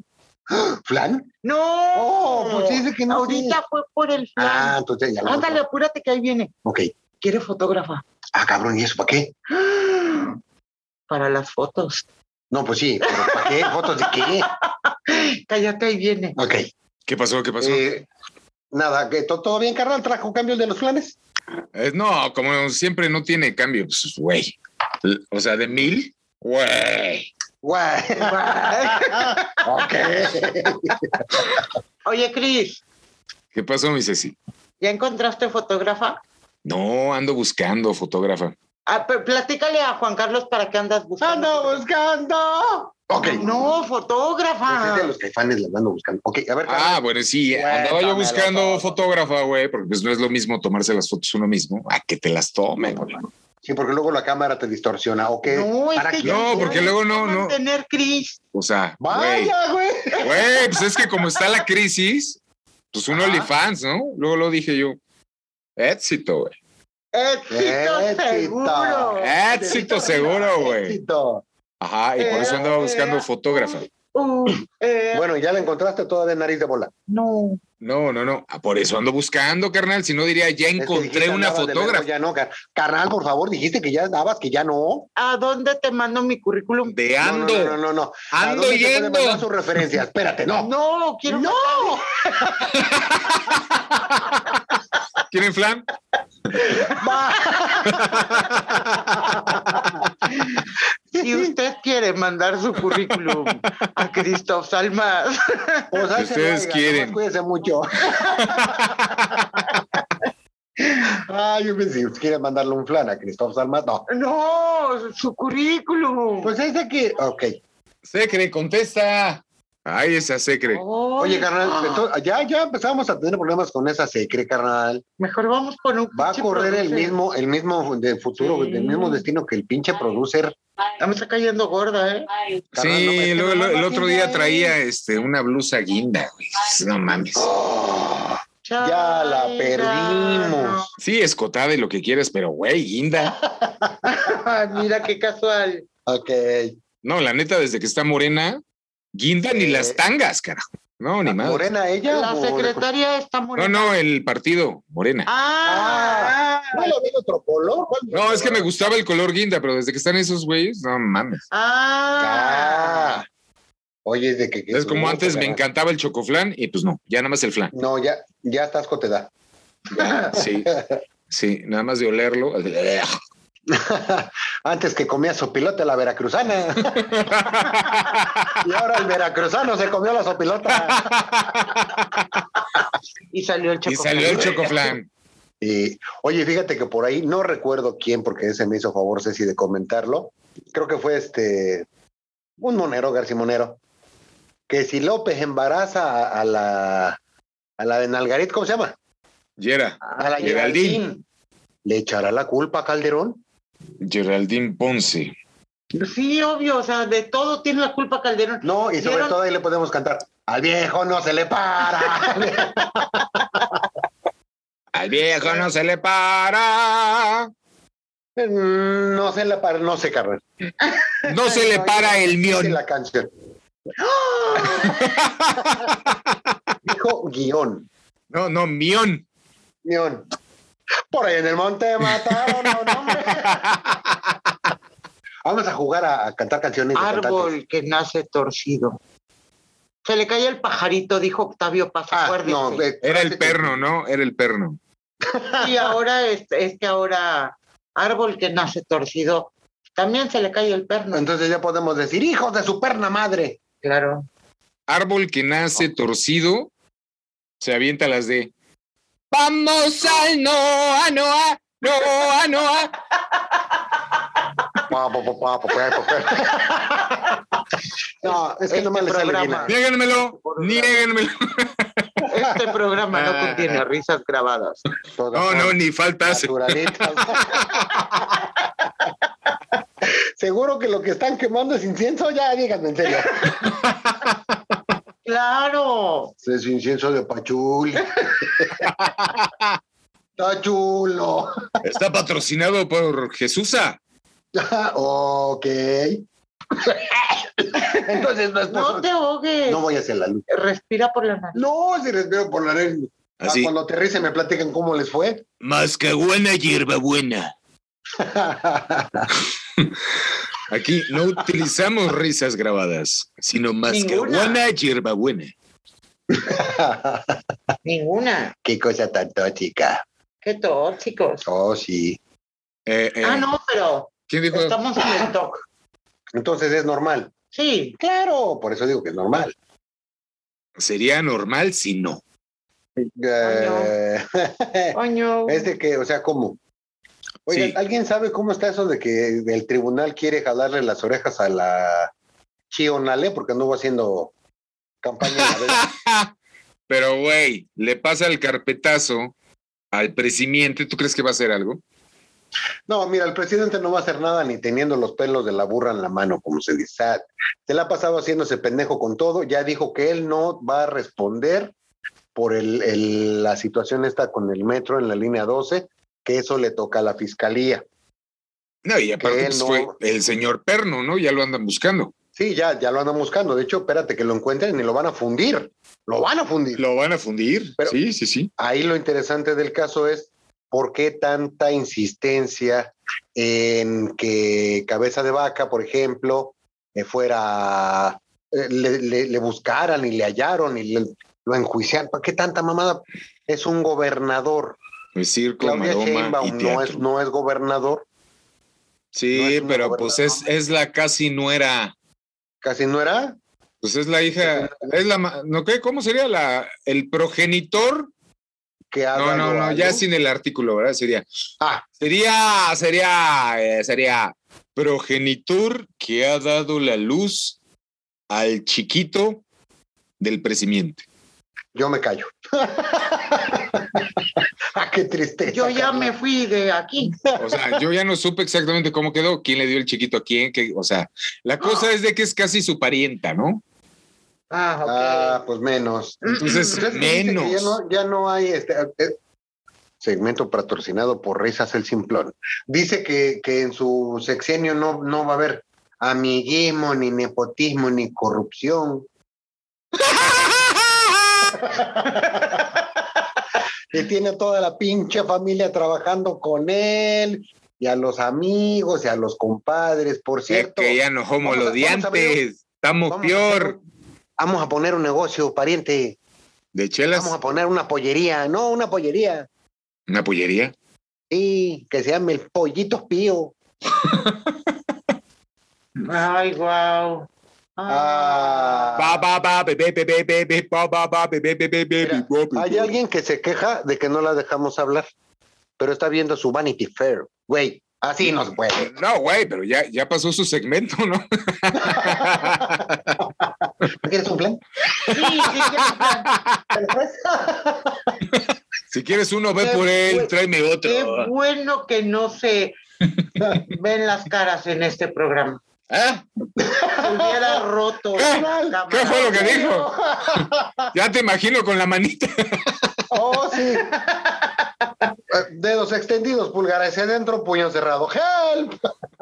¿Flan?
¡No!
Oh, pues dice que no.
Ahorita fue por el flan.
Ah, entonces ya lo.
Ándale, apúrate que ahí viene.
Ok.
Quiere fotógrafa
Ah, cabrón, ¿y eso para qué?
para las fotos.
No, pues sí, pero ¿para qué? ¿Fotos de qué?
Cállate y viene.
Ok.
¿Qué pasó? ¿Qué pasó?
eh, nada, que to- ¿todo bien, carnal? ¿Trajo cambios de los planes?
Eh, no, como siempre no tiene cambio, pues, güey. L- O sea, de mil, güey.
Guay. ok.
Oye, Cris,
¿Qué pasó, mi Ceci?
¿ya encontraste fotógrafa?
No, ando buscando fotógrafa.
Ah, pero platícale a Juan Carlos para qué andas buscando.
¡Ando buscando! Ok.
No,
Pues es de
fotógrafa.
los caifanes la ando buscando. Ok, a ver, carnal.
Ah, bueno, sí, andaba yo
Cuéntamelo
buscando
todo.
fotógrafa, güey, porque pues no es lo mismo tomarse las fotos uno mismo a que te las tomen, güey.
Sí, porque luego la cámara te distorsiona. Ok.
No, es
¿Para
que
qué?
No,
yo-
porque luego no,
¿Qué
no.
Mantener Cris.
O sea, güey.
Vaya, güey.
Güey, pues es que como está la crisis, pues un
Ajá.
OnlyFans, ¿no? Luego lo dije yo. Éxito, güey.
Éxito,
Éxito.
seguro.
Éxito seguro, güey.
Éxito.
Ajá, y por eso andaba buscando fotógrafa.
Uh, eh,
Bueno, ya la encontraste todavía nariz de bola.
no.
No, no, no. Ah, Por eso ando buscando, carnal. Si no diría, ya
Es que
encontré
dijiste
una
andabas de verbo,
fotógrafa.
Ya no, car- carnal, por favor, dijiste que ya andabas, que ya no.
¿A dónde te mando mi currículum?
De
No,
ando,
No, no, no, no. ¿A
ando
dónde te puede
yendo.
mandar sus referencias. Espérate, no.
No, quiero.
No.
¿Quieren flan?
Si usted quiere mandar su currículum a Christoph Salmas,
Pues hágase
ustedes
larga,
quieren.
nomás Cuídense mucho. Ay, Ah, yo pensé, si quieren mandarle un flan a Cristóbal Salmas, no.
no, su currículum.
Pues es de que, ok.
Secre, contesta. Ay, esa secre.
eh, Oye,
Ah.
carnal, entonces, ya, ya empezamos a tener problemas con esa secre, carnal.
mejor vamos con un.
Va a
pinche
correr el
producer.
mismo, el mismo de futuro,
Sí.
el mismo destino que el pinche producer.
Ya me está cayendo gorda, ¿eh?
Carnal, no, es
Sí,
que
luego,
no
lo-
manda
el otro
guinda,
día
eh.
traía este, una blusa guinda, güey. No mames.
Ya la
Chale,
perdimos.
Sí, escotada y lo que quieras, pero güey, guinda.
no. Ay, mira qué casual.
Ok.
No, la neta, desde que está morena, guinda ni
Eh.
las tangas, carajo. No, ni madre.
¿Morena ella?
La
o-
secretaria está
No,
morena.
no, el partido, morena.
Ah,
¿No lo veo otro color? ¿Cuál
No, es que me gustaba el color guinda, pero desde que están esos güeyes, no mames.
ah,
Ah. Oye, es de que.
Es como antes me
encanta.
encantaba el chocoflan y pues no, ya nada más el flan.
No, ya, ya estás con tu edad.
Sí, sí, nada más de olerlo.
Antes que comía sopilota la veracruzana. y ahora el veracruzano se comió la sopilota.
Y salió el
Y
chocolate.
salió el chocoflan.
Y, oye, fíjate que por ahí, no recuerdo quién, porque ese me hizo favor, Ceci, de comentarlo. Creo que fue este. Un monero, García Monero. Que si López embaraza a, a la. A la de Nalgarit, ¿cómo se llama?
Y era
A la
Geraldine.
Geraldine. ¿Le echará la culpa a Calderón?
Geraldine Ponce.
Sí, obvio, o sea, de todo tiene la culpa Calderón.
No, y sobre
¿Vieron?
todo ahí le podemos cantar. Al viejo no se le para.
Al viejo no se le para.
Mm, no se le para, no se carnal.
No se le para el
Dice
mión.
la canción. Dijo guión.
No, no, mión.
Guión. Por ahí en el monte mataron a un hombre. Vamos a jugar a, a cantar canciones de cantantes.
Árbol que nace torcido. Se le cae el pajarito, dijo Octavio Paz.
Ah,
acuérdese.
no, eh,
Era el perno, ¿no? Era el perno.
Y ahora es, es que ahora árbol que nace torcido, también se le cae el perno.
Entonces ya podemos decir, hijos de su perna madre.
Claro.
Árbol que nace torcido, se avienta las de. Vamos al Noa, Noa, Noa, Noa.
Pa, pa, pa, pa, pa, pa, pa. No, es que
Este
no me le sale bien.
programa.
Niéguenmelo, niéguenmelo.
Este programa no
Ah.
contiene risas grabadas.
Todas
No,
son
no, ni faltas.
naturalitas. Seguro que lo que están quemando es incienso, ya díganme en serio.
Claro.
Es incienso de pachuli. Está chulo.
Está patrocinado por Jesusa.
ok. Entonces no es
No te
posible.
ahogues.
No voy a hacer la luz.
Respira por la nariz.
No, si respiro por la nariz. Ah,
Así.
Cuando aterrice me platican cómo les fue.
Más que buena hierbabuena.
Aquí no utilizamos risas grabadas, sino mascabuena hierbabuena.
Ninguna.
Qué cosa tan tóxica.
Qué tóxicos.
Oh, sí.
Eh, eh,
Ah, no, pero
¿Quién dijo?
estamos en el TOC.
Entonces es normal.
Sí,
Claro, por eso digo que es normal.
Sería normal si no.
Eh,
coño.
es de que, o sea, ¿cómo? Oigan,
Sí.
¿alguien sabe cómo está eso de que el tribunal quiere jalarle las orejas a la Chionale porque anduvo haciendo campaña? a ver?
Pero, güey, le pasa el carpetazo al presimiente. ¿Tú crees que va a hacer algo?
No, mira, el presidente no va a hacer nada ni teniendo los pelos de la burra en la mano, como se dice. Ah, Se la ha pasado haciéndose pendejo con todo. Ya dijo que él no va a responder por el, el- la situación esta con el metro en la línea 12, que eso le toca a la fiscalía.
No, y aparte
Que
pues,
no.
fue el señor Perno, ¿no? Ya lo andan buscando.
Sí, ya, ya lo andan buscando. De hecho, espérate que lo encuentren y lo van a fundir. Lo van a fundir.
Lo van a fundir.
Pero-
sí, sí, sí.
ahí lo interesante del caso es por qué tanta insistencia en que Cabeza de Vaca, por ejemplo, eh, fuera, eh, le, le- le buscaran y le hallaron y le- lo enjuiciaron. ¿Por qué tanta mamada? Es un gobernador.
El circo,
Claudia
maroma y
Sheinbaum
teatro.
no es, no es gobernador, no
sí,
es una
pero pues es,
gobernadora.
es la casi nuera.
casi no era.
Pues es la hija, es la, ma- ¿no qué? ¿Cómo sería la, el progenitor?
Que
No,
haga
no,
lo-
no, ya
algo.
sin el artículo, ¿verdad? Sería,
Ah,
sería, sería, eh, sería progenitor que ha dado la luz al chiquito del presimiente.
yo me callo. ah, qué tristeza.
Yo ya
carnal.
me fui de aquí.
O sea, yo ya no supe exactamente cómo quedó, quién le dio el chiquito a quién, qué- o sea, la cosa es de que es casi su parienta, ¿no?
Ah, ok.
Ah, pues menos.
Entonces,
Ustedes me dicen que
menos.
Ya no, ya no hay este eh, segmento patrocinado por Risas el Simplón. Dice que, que en su sexenio no, no va a haber amiguismo, ni nepotismo, ni corrupción. y tiene toda la pinche familia trabajando con él, y a los amigos, y a los compadres, por cierto.
Es que ya no somos
Vamos a-
los
vamos a abrir un-
diantes, estamos
vamos a hacer
peor.
un- Vamos a poner un negocio, pariente.
De chelas,
Vamos a poner una pollería. No, una pollería.
una pollería.
Sí, que se llame el Pollito Pío. Ah.
Ay, wow.
Ba, ba, ba, be, be, be, be, be, be, ba, ba, ba, be, be, be, be, be,
Mira,
be, be,
Hay
be.
alguien que se queja de que no la dejamos hablar, pero está viendo su Vanity Fair. Güey, así no se puede.
No, güey, pero ya, ya pasó su segmento, ¿no?
¿No ¿Quieres un plan?
Sí, sí, ya,
Si quieres uno, ve
Qué
por él,
buen-
tráeme
qué
otro.
bueno que no se ven las caras en este programa.
¿Ah?
Se hubiera roto.
¿Qué?
la cámara.
¿Qué fue lo que dijo? Ya te imagino con la manita.
Oh, sí. Eh, Dedos extendidos, pulgar hacia adentro, puño cerrado. ¡Help!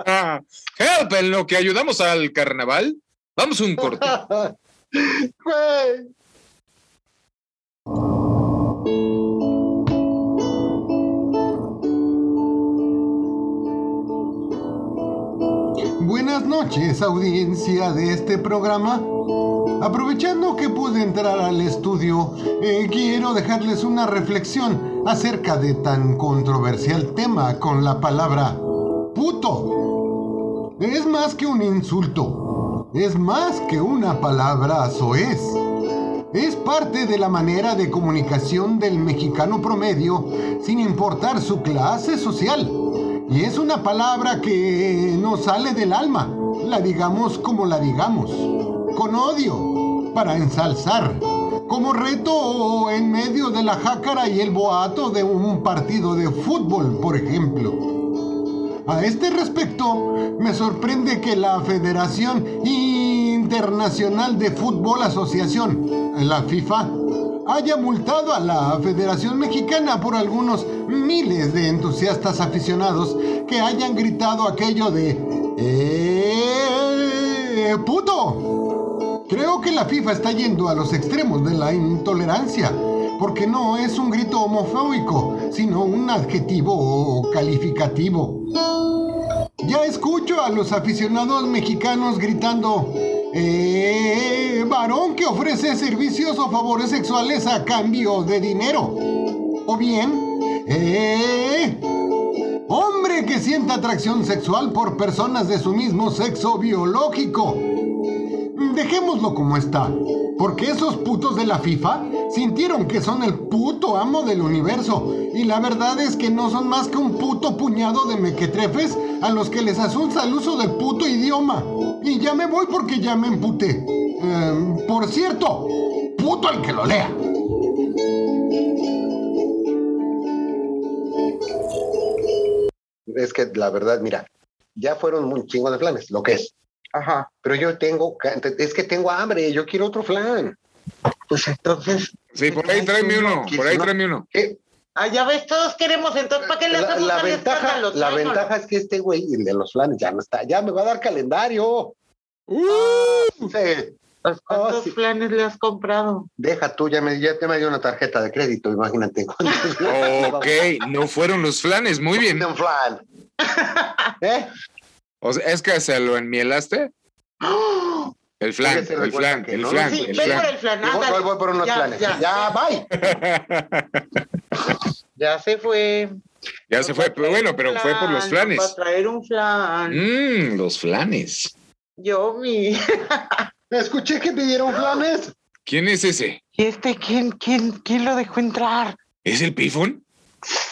Help, en lo que ayudamos al carnaval. Vamos un corte.
Güey.
Buenas noches, audiencia de este programa. Aprovechando que pude entrar al estudio, eh, quiero dejarles una reflexión acerca de tan controversial tema con la palabra puto. Es más que un insulto, es más que una palabra soez. Es parte de la manera de comunicación del mexicano promedio, sin importar su clase social. Y es una palabra que nos sale del alma, la digamos como la digamos, con odio, para ensalzar, como reto o en medio de la jácara y el boato de un partido de fútbol, por ejemplo. A este respecto, me sorprende que la Federación Internacional de Fútbol Asociación, la FIFA, haya multado a la Federación Mexicana por algunos miles de entusiastas aficionados que hayan gritado aquello de ¡Eh, puto! Creo que la FIFA está yendo a los extremos de la intolerancia, porque no es un grito homofóbico, sino un adjetivo o calificativo. Ya escucho a los aficionados mexicanos gritando, ¡Eh, varón que ofrece servicios o favores sexuales a cambio de dinero! O bien, ¡Eh, hombre que sienta atracción sexual por personas de su mismo sexo biológico! Dejémoslo como está, porque esos putos de la FIFA sintieron que son el puto amo del universo, y la verdad es que no son más que un puto puñado de mequetrefes a los que les asusta el uso del puto idioma. Y ya me voy porque ya me emputé. Eh, por cierto, puto el que lo lea.
Es que la verdad, mira, ya fueron un chingo de planes, lo que es.
Ajá.
Pero yo tengo, es que tengo hambre, yo quiero otro flan.
Pues entonces.
Sí, por ahí tráeme uno, por ahí tráeme uno.
Eh,
Ah, ya ves, todos queremos, entonces, ¿para qué le
La,
hacemos
la
al
ventaja,
escándalo?
la
Tráemelo.
ventaja es que este güey, el de los flanes, ya no está, ya me va a dar calendario. Sí,
Pues, ¿Cuántos
Oh, sí.
planes le has comprado?
deja tú, ya me, ya te me dio una tarjeta de crédito, imagínate. cuántos flanes
Ok, no fueron los flanes, muy bien.
de un flan. ¿Eh?
O sea, es que se lo enmielaste. El flan,
Fíjese,
el
recuerda
flan,
que
el
no.
flan,
Sí,
Ah, el
ve por
flan.
el flan.
Yo voy,
ándale.
voy por unos
Ya,
planes.
ya.
Ya, bye.
Ya se fue.
Ya se fue, pero bueno, pero fue por los
Para
flanes.
traer un flan.
Mmm, los flanes.
Yo mi.
Escuché que pidieron flanes.
¿Quién es ese?
¿Y este quién, quién, quién lo dejó entrar?
¿Es el pifón?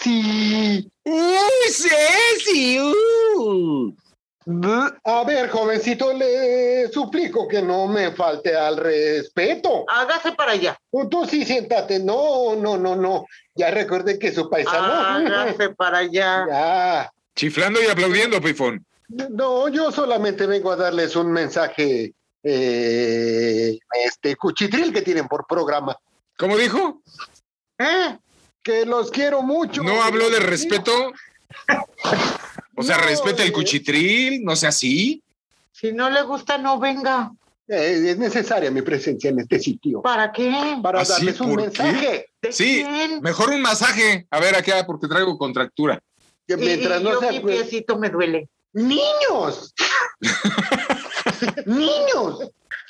Sí.
¡Uy, Ceci! ¡Uh!
A ver, jovencito, le suplico que no me falte al respeto.
Hágase para allá.
Tú sí siéntate. No, no, no, no. Ya recuerde que su paisano.
Hágase para allá.
Ya.
Chiflando y aplaudiendo, pifón.
No, yo solamente vengo a darles un mensaje, eh, este cuchitril que tienen por programa.
¿Cómo dijo?
¿Eh? Que los quiero mucho.
¿No habló de respeto? O sea,
No,
respeta el
eh.
cuchitril, no sea así.
Si no le gusta, no venga.
Eh, es necesaria mi presencia en este sitio
¿Para qué?
para
¿Ah, sí?
darles un
¿Por qué?
mensaje.
¿De
Sí,
quién?
mejor un masaje. A ver, acá, porque traigo contractura.
Que
Y-
mientras
y
no
yo
sea pues
mi piecito me duele.
niños. niños.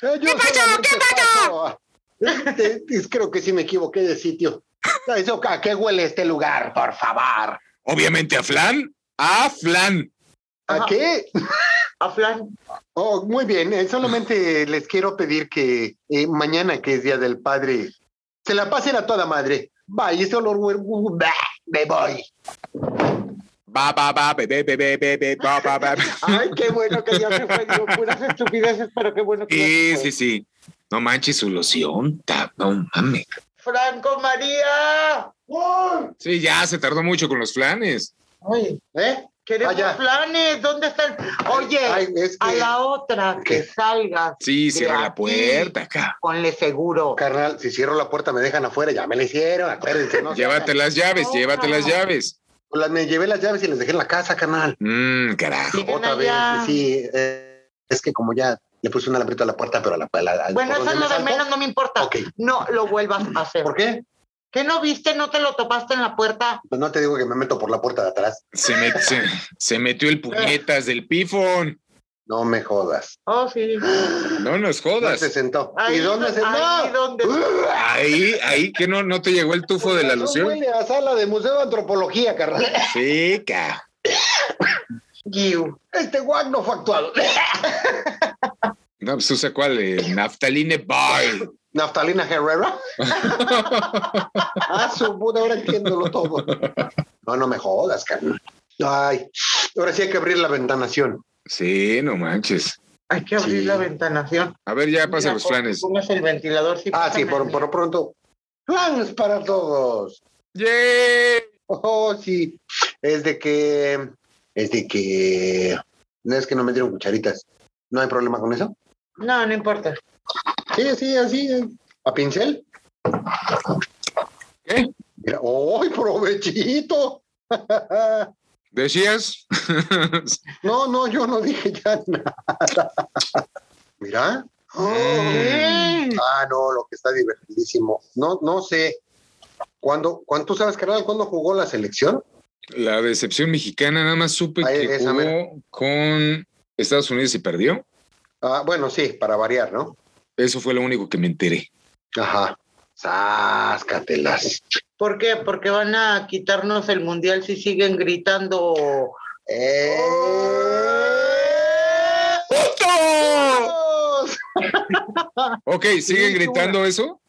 Eh, yo
¿Qué pasó?
solamente
¿Qué pasó?
paso a- Eh, eh, Creo que sí me equivoqué de sitio. Ah, Eso, ¿A qué huele este lugar, por favor?
Obviamente a flan, a flan.
¿A
Ajá.
qué?
A flan.
Oh, muy bien. eh, solamente les quiero pedir que eh, mañana, que es Día del Padre, se la pasen a toda madre. Bye, ese olor, hue- hue- bah, me voy.
Ba, ba, ba, bebé, bebé, bebé, ba, ba, ba.
Ay, qué bueno que ya se
pues,
fue. Digo, puras estupideces, pero qué bueno que ya
Sí,
se fue.
sí, sí. No manches su loción, ta- no mames.
Franco María.
Sí, ya se tardó mucho con los flanes.
Ay,
¿Eh?
queremos
Vaya.
planes. ¿Dónde están? Oye,
Ay, es
Eh, a
que,
la otra que
¿Qué?
salgas
Sí, cierra
aquí.
la puerta acá.
ponle seguro.
carnal, si cierro la puerta me dejan afuera, ya me la hicieron, acuérdense, ¿no? Pues,
Llévate las llaves,
No,
llévate las
no.
llaves.
Las- me llevé las llaves y les dejé en la casa, carnal.
Mmm, carajo.
Miren
Otra
allá.
vez, sí. eh, es que como ya le puse una lambrita a la puerta, pero a la... a la- al-
Bueno,
por
eso es
donde
lo de
me
menos,
salto.
no me importa.
Ok.
No lo vuelvas a hacer.
¿Por qué?
¿Qué no viste? ¿No te lo topaste en la puerta?
Pues no te digo que me meto por la puerta de atrás.
Se, met- se- se metió el puñetas del pifón.
No me jodas.
Oh, sí.
No nos
¿Dónde se
jodas.
sentó?
Ahí,
¿Y dónde se Uh.
ahí
sentó?
donde-
Ahí, ahí, que no, no te llegó el tufo de la
Eso
loción.
Huele a sala de Museo de Antropología, carnal.
Sí, ca.
Giu.
Este guac no fue actuado.
No, pues usa cuál, eh, naftaline bye.
Naftalina Herrera. ah, su puta, ahora entiéndolo todo. No, no me jodas, carnal. Ay, ahora sí hay que abrir la ventanación.
Sí, no manches.
Hay que abrir
Sí.
la ventanación.
A ver, ya pasa
Mira,
los
por-
flanes.
Pongas el ventilador. Sí,
Ah, sí,
pásame
por,
el-
por pronto. Planes para todos.
¡Yay!
Oh, sí. Es de que. Es de que. No es que no me dieron cucharitas. ¿No hay problema con eso?
No, no importa.
Sí, sí, así. eh. ¿A pincel?
¿Qué?
Mira, ¡Ay, provechito!
¿Decías?
No, no, yo no dije ya nada. Mira.
Mm.
Ah, no, lo que está divertidísimo. No, no sé. ¿Cuándo, cuán- ¿Tú sabes, carnal, cuándo jugó la selección?
La decepción mexicana, nada más supe
Ahí,
que
esa, mira.
jugó con Estados Unidos y perdió.
Ah, bueno, sí, para variar, ¿no?
Eso fue lo único que me enteré.
Ajá. Sáscatelas.
¿Por qué? Porque van a quitarnos el mundial si siguen gritando.
Eh.
¡Puto! Ok, ¿siguen gritando eso?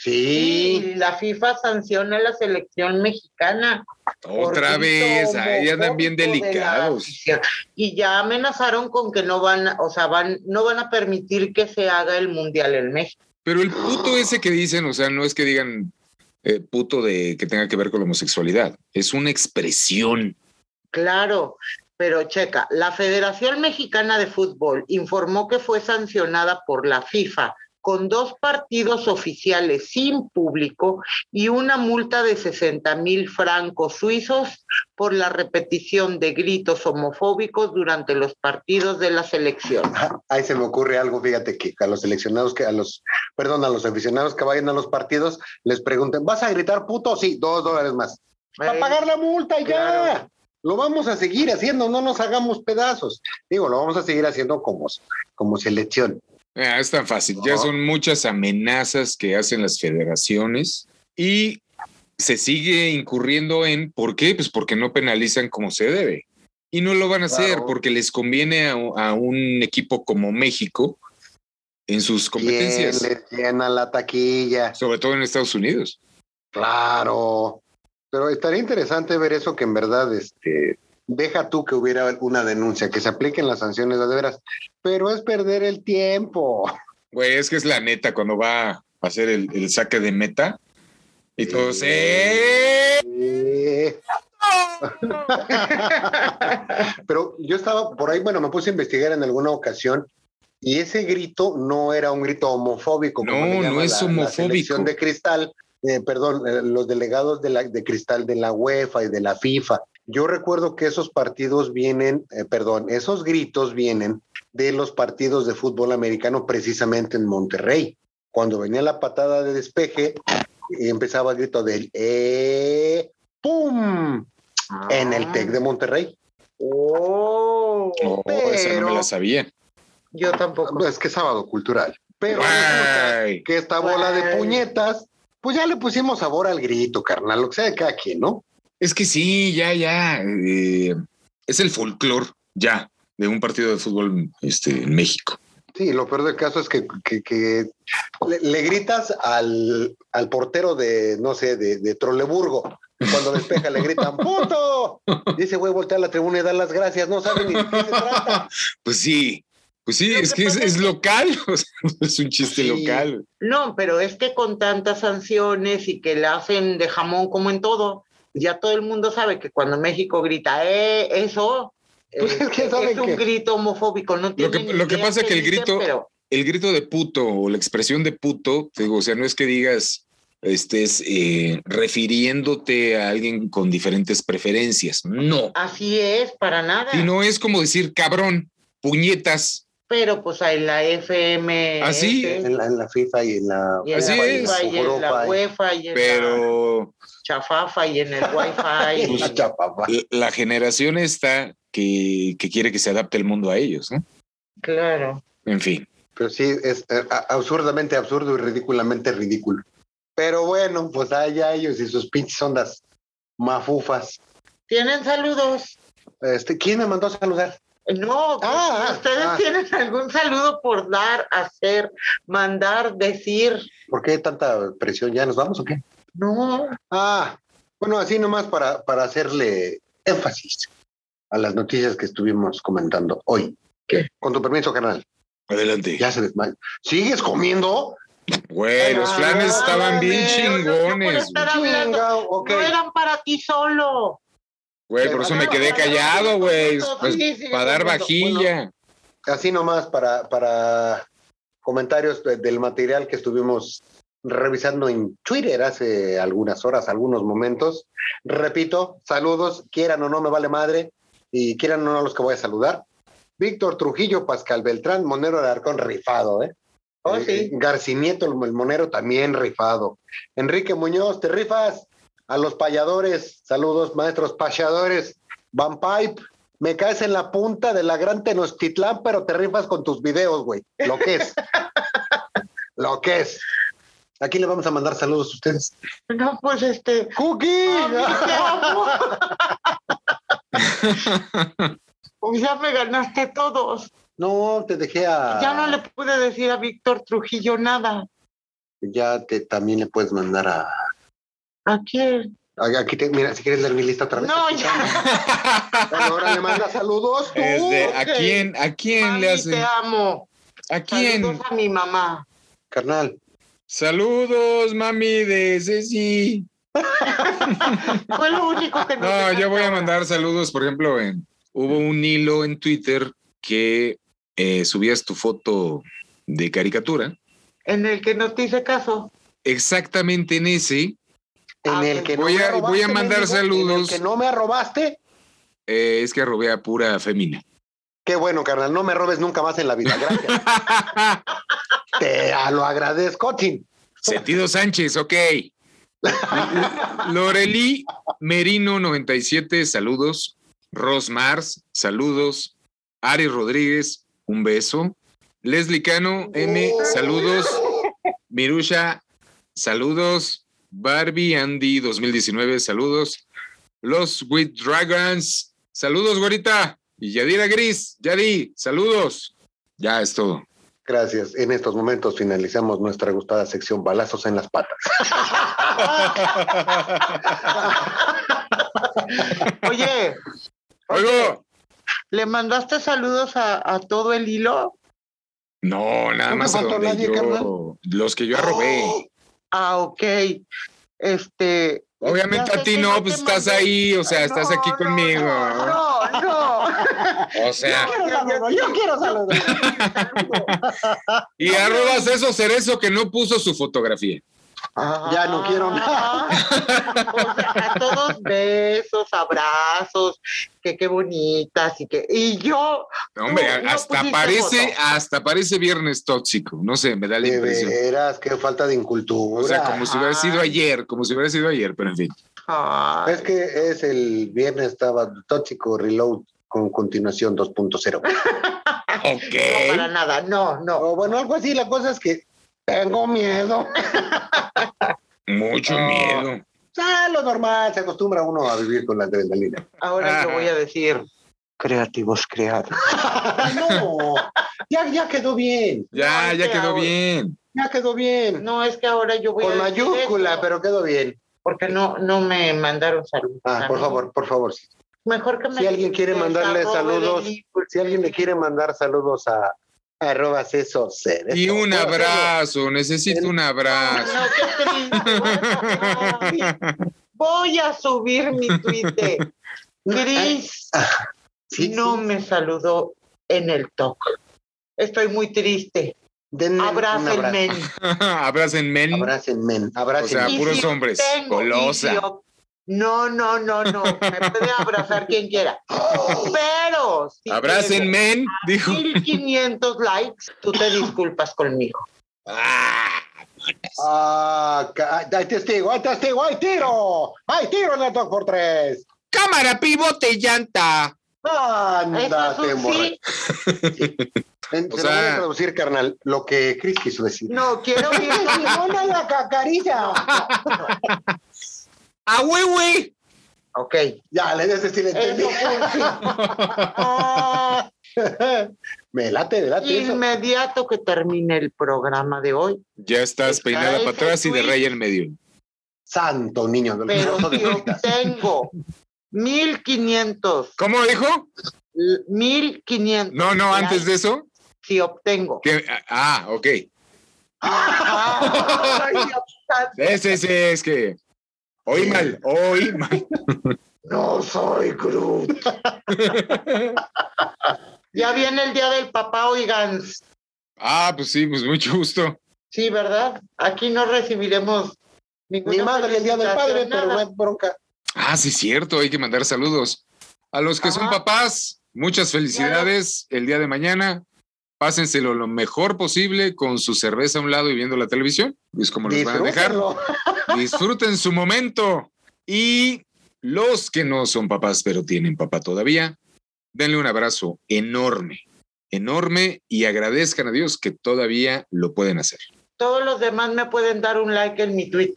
Sí.
Y la FIFA sanciona a la selección mexicana. por
Otra
grito
vez, ahí andan
homofóbico
bien
de la
delicados.
afición. y ya amenazaron con que no van, o sea, van, no van a permitir que se haga el mundial en México.
Pero el puto ese que dicen, o sea, no es que digan eh, puto de que tenga que ver con la homosexualidad, es una expresión.
Claro. Pero checa, la Federación Mexicana de Fútbol informó que fue sancionada por la FIFA con dos partidos oficiales sin público y una multa de 60 mil francos suizos por la repetición de gritos homofóbicos durante los partidos de la selección.
Ahí se me ocurre algo, fíjate que a los seleccionados que a los, perdón, a los aficionados que vayan a los partidos les pregunten, ¿vas a gritar puto? Sí, dos dólares más. Para
Eh,
pagar la multa y ya.
claro.
Lo vamos a seguir haciendo, no nos hagamos pedazos. Digo, lo vamos a seguir haciendo como, como selección.
Ah, es tan fácil. Ya
No.
son muchas amenazas que hacen las federaciones y se sigue incurriendo en, ¿por qué? Pues porque no penalizan como se debe. Y no lo van a hacer
Claro.
porque les conviene a, a un equipo como México en sus competencias,
¿Quién les llena la taquilla?
sobre todo en Estados Unidos.
Claro. Pero estaría interesante ver eso que en verdad, este, deja tú que hubiera una denuncia, que se apliquen las sanciones de veras, pero es perder el tiempo.
Güey, es que es la neta cuando va a hacer el, el saque de meta y todos, ¡eh!
Eh. Pero yo estaba por ahí, bueno, me puse a investigar en alguna ocasión y ese grito no era un grito homofóbico. como
No,
le llama
no es
la- La
homofóbico.
selección de cristal, eh, perdón, eh, los delegados de, la, de cristal de la UEFA y de la FIFA. Yo recuerdo que esos partidos vienen, eh, perdón, esos gritos vienen de los partidos de fútbol americano precisamente en Monterrey. Cuando venía la patada de despeje, y empezaba el grito del eh, ¡pum! en
Ah.
el TEC de Monterrey.
Oh,
Oh, esa no me
Pero-
la sabía.
yo tampoco.
Es que es sábado cultural. Pero resulta
Güey.
que esta bola de
Güey.
puñetas, pues ya le pusimos sabor al grito, carnal, lo que sea de cada quien, ¿no?
Es que sí, ya, ya. eh, es el folclore, ya, de un partido de fútbol este, en México.
Sí, lo peor del caso es que, que- que le, le gritas al, al portero de, no sé, de, de Troleburgo. Cuando despeja le gritan ¡Puto! Dice, güey, voltea a la tribuna y da las gracias. No sabe ni de qué se trata.
Pues sí, pues sí,
Lo
es
que
que es,
pasa es
es
que-
local, o sea, es un chiste
Sí.
local.
No, pero es que con tantas sanciones y que la hacen de jamón como en todo, ya todo el mundo sabe que cuando México grita, eh, eso
Pues es que
eh,
saben
es un
que-
grito homofóbico. No
que-
tienen
lo que
idea
pasa es
qué
que el
dicen,
grito-
pero-
El grito de puto o la expresión de puto, te digo, o sea, no es que digas, estés eh, refiriéndote a alguien con diferentes preferencias, no.
así es, para nada.
Y no es como decir cabrón, puñetas,
Pero pues en la FM.
Así es.
En la, en la FIFA y en la,
Y en
Así
la
es.
FIFA y en la
y-
UEFA y en la
pero...
chafafa y en el wifi.
Pues,
y-
chapapa.
la generación está que, que quiere que se adapte el mundo a ellos, ¿no?
claro.
En fin.
Pero sí, es eh, a- absurdamente absurdo y ridículamente ridículo. Pero bueno, pues allá ellos y sus pinches ondas mafufas.
¿Tienen saludos?
Este, ¿Quién me mandó a saludar?
No,
Ah,
pues, ¿ustedes
ah.
tienen algún saludo por dar, hacer, mandar, decir?
¿Por qué tanta presión? ¿Ya nos vamos o qué?
No,
Ah, bueno, así nomás para, para hacerle énfasis a las noticias que estuvimos comentando hoy.
¿Qué?
Con tu permiso, carnal.
Adelante.
Ya se desmayó. ¿Sigues comiendo?
Güey, los
Ah,
planes estaban bien
mames, no, no puedo
chingones.
estar hablando.
Chinga, ok.
No eran para ti solo.
Güey, por eso me quedé callado, güey. pues,
Sí, sí,
para dar
bueno,
vajilla.
así nomás para, para comentarios de- del material que estuvimos revisando en Twitter hace algunas horas, algunos momentos. Repito, saludos, quieran o no, me vale madre, y quieran o no los que voy a saludar. Víctor Trujillo, Pascal Beltrán, Monero Alarcón, rifado, ¿eh?
Oh,
Eh,
sí.
Garcinieto, el el Monero, también rifado. Enrique Muñoz, ¿te rifas? a los payadores, saludos maestros payadores, Van Pipe, me caes en la punta de la gran Tenochtitlán, pero te rifas con tus videos, güey. Lo que es. Lo que es. Aquí le vamos a mandar saludos a ustedes.
No, pues este.
¡Cookie!
a mí te amo. Pues ya me ganaste todos.
No, te dejé a.
Ya no le pude decir a Víctor Trujillo nada.
Ya te, también le puedes mandar a.
¿A quién?
a- Aquí te, mira, si quieres leer mi lista otra vez.
No, ya.
Bueno, ahora le manda saludos. tú.
Es de, Este, ¿A
ok.
quién, a quién
Mami,
le
te
hacen?
amo.
¿A quién?
Saludos a mi mamá.
Carnal.
Saludos, mami de Ceci.
Fue lo único que nos
No, yo
dejaste
voy a
ahora.
mandar saludos, por ejemplo, en- hubo un hilo en Twitter que eh, subías tu foto de caricatura.
En el que no te hice caso.
Exactamente en ese
En
Ah,
el que
voy
no me
a-
arrobaste,
voy a mandar
mendigo, en
saludos.
el que no me arrobaste.
eh, es que robé a pura femina.
Qué bueno, carnal. No me robes nunca más en la vida. Gracias. te a- lo agradezco, Tim.
Sentido Sánchez, ok. Lorelí Merino 97, saludos. Ros Mars, saludos. Ari Rodríguez, un beso. Leslie Cano M, saludos. Mirusha, saludos. Barbie Andy 2019, saludos. Los With Dragons, saludos, güerita. Y Yadira Gris, Yadi, saludos. Ya es todo.
Gracias. En estos momentos finalizamos nuestra gustada sección Balazos en las patas.
Oye,
Oigo.
¿le mandaste saludos a, a todo el hilo?
No, nada
No
más
te
a
faltó
donde
nadie,
yo-
carnal.
los que yo
¡Oh!
arrobé.
Ah, ok. Este.
Obviamente
ya
a
sé
ti
que
no,
te
pues estás
mandé-
ahí, o sea,
No,
estás aquí
no,
conmigo.
No, no. no.
O sea,
Yo quiero saludos, yo quiero saludos.
y arrobas eso cerezo que no puso su fotografía.
Ah, Ya no quiero nada.
Ah, O sea, a todos besos, abrazos, que qué bonitas y que. Y yo,
No, hombre,
No, no
hasta
pusiste
parece,
foto.
hasta parece viernes tóxico, no sé, me da la
De
impresión.
veras, qué falta de incultura.
O sea, como si hubiera sido
Ay.
ayer, como si hubiera sido ayer, pero en fin.
ay,
Es que es el viernes estaba tóxico reload con continuación 2.0.
Ah, no
Ok.
para nada, no, no.
O bueno, algo así, la cosa es que tengo miedo.
Mucho
No.
miedo.
Ah, lo normal, se acostumbra uno a vivir con la adrenalina.
Ahora yo
Ah.
voy a decir. Creativos creados.
no, ya, ya quedó bien,
Ya,
No,
ya
te
quedó
hago-
bien.
ya quedó bien.
No, es que ahora yo voy
con
a decir
mayúscula,
esto,
pero quedó bien.
Porque no, no me mandaron saludos.
Ah,
a
por
mí.
favor, por favor. Si,
Mejor que me.
si alguien quiere
que
mandarle
arrobe
saludos,
del libro.
si alguien le quiere mandar saludos a arrobas esos seres.
Y un abrazo, necesito un abrazo.
No, qué triste, voy a subir- Voy a subir mi Twitter. Gris
Sí, sí.
no me saludó en el talk. Estoy muy triste.
Denme un abrazo.
Abrácenme.
Abrácenme.
Abrácenme,
O sea,
abrácenme.
Y
puros
si
hombres.
tengo
Golosa.
vicio, No, no, no, no. Me puede abrazar quien quiera. Pero si
Abrácenme,
tengo
dijo.
1500 likes, tú te disculpas conmigo.
Ah,
Ah, ca- hay testigo, hay testigo, hay tiro, hay tiro en el 2 por 3
Cámara, pivote y llanta.
Eso
Ándate,
es un
morra.
sí.
En-
O
se lo voy
sea-
a traducir, carnal, lo que Chris quiso decir.
No, quiero ir a la cacarilla.
¡A huehue!
Ok.
Ya, le ese sí le entendí.
Eso fue un sí. Ah,
me late, me late eso.
Inmediato que termine el programa de hoy,
Ya estás
Está
peinada
ese
para atrás y de
tweet.
raya en medio.
Santo niño, del
pero
hermoso de
si
Lolitas.
obtengo 1500,
¿Cómo dijo?
l- 1500.
No, no, antes de eso.
Si obtengo.
que- ah, ok.
Ah, ay, Dios santo.
Ese sí es que. Hoy mal, hoy mal.
No soy Cruz.
Ya viene el día del papá, oigan.
Ah, pues sí, pues mucho gusto.
Sí, ¿verdad? Aquí no recibiremos ninguna.
Mi madre el día del padre, pero no hay
felicitación,
bronca.
Ah, sí, cierto, hay que mandar saludos. A los que son
Ajá.
papás, muchas felicidades el día de mañana. Pásenselo lo mejor posible con su Pues, cerveza a un lado y viendo la televisión. Es como los van a dejar.
Disfrútenlo.
Disfruten su momento. Y los que no son papás, pero tienen papá todavía, denle un abrazo enorme, enorme y agradezcan a Dios que todavía lo pueden hacer.
Todos los demás me pueden dar un like en mi tweet.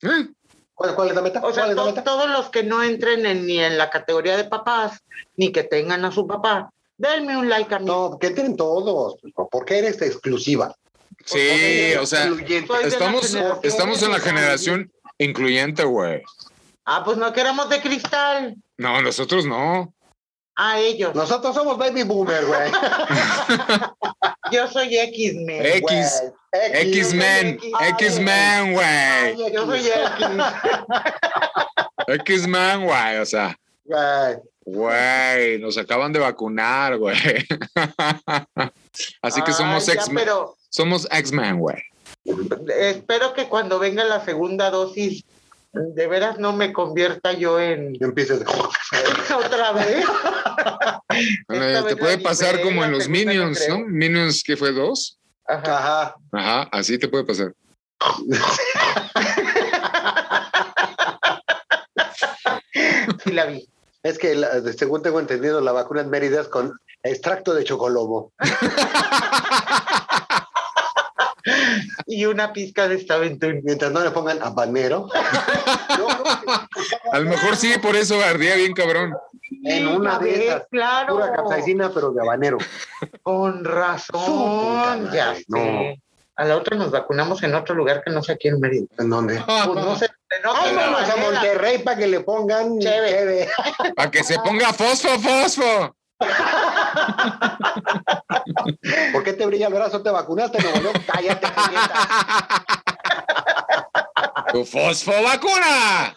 ¿Eh?
¿Cuál, cuál es la meta?
O sea,
¿Cuál es la
to-
meta?
todos los que no entren en- ni en la categoría de papás, ni que tengan a su papá, denme un like a mí.
No, que entren todos. ¿Por qué eres exclusiva?
Sí, o sea,
Incluyente.
Soy Pues, de la
estamos,
generación
estamos en la
incluyente.
generación incluyente, güey.
Ah, pues no queramos de cristal.
No, nosotros no.
A ellos.
Nosotros somos baby boomer, güey.
Yo soy X-Men.
X,
Güey,
X-Men,
Ay,
X-Men, güey.
Ay,
Yo soy X.
X-Men, güey, o sea,
Güey.
güey, nos acaban de vacunar, güey. Así que somos
Ay, ya,
X-Men,
Pero
somos X-Men, güey.
espero que cuando venga la segunda dosis, de veras no me convierta yo en
Y empiezas.
otra vez. Esta
Eh,
vez
Te
la
puede pasar
libré,
como
la
en los
segunda no
Minions,
creo.
¿no? Minions que fue dos.
Ajá.
Ajá.
Ajá, así te puede pasar.
Sí la vi.
Es que, la- según tengo entendido, la vacuna en Mérida es con extracto de chocolobo.
Y una pizca de esta aventura.
Mientras no le pongan habanero. Yo creo
A lo mejor sí, por eso ardía bien cabrón.
que en una
Sí,
de esas.
Claro.
Pura capsaicina, pero de habanero.
Con
Su puta
razón.
madre,
Ya sé.
no.
A la otra nos vacunamos en otro lugar que no sé aquí en Mérida.
¿En dónde?
Pues no sé. en otra
Vámonos a
manera.
Monterrey para que le pongan
Cheve.
cheve.
Para que se ponga fosfo, fosfo.
¿Por qué te brilla el brazo? ¿Te vacunaste? No, no, cállate, puñeta.
Tu fosfo vacuna.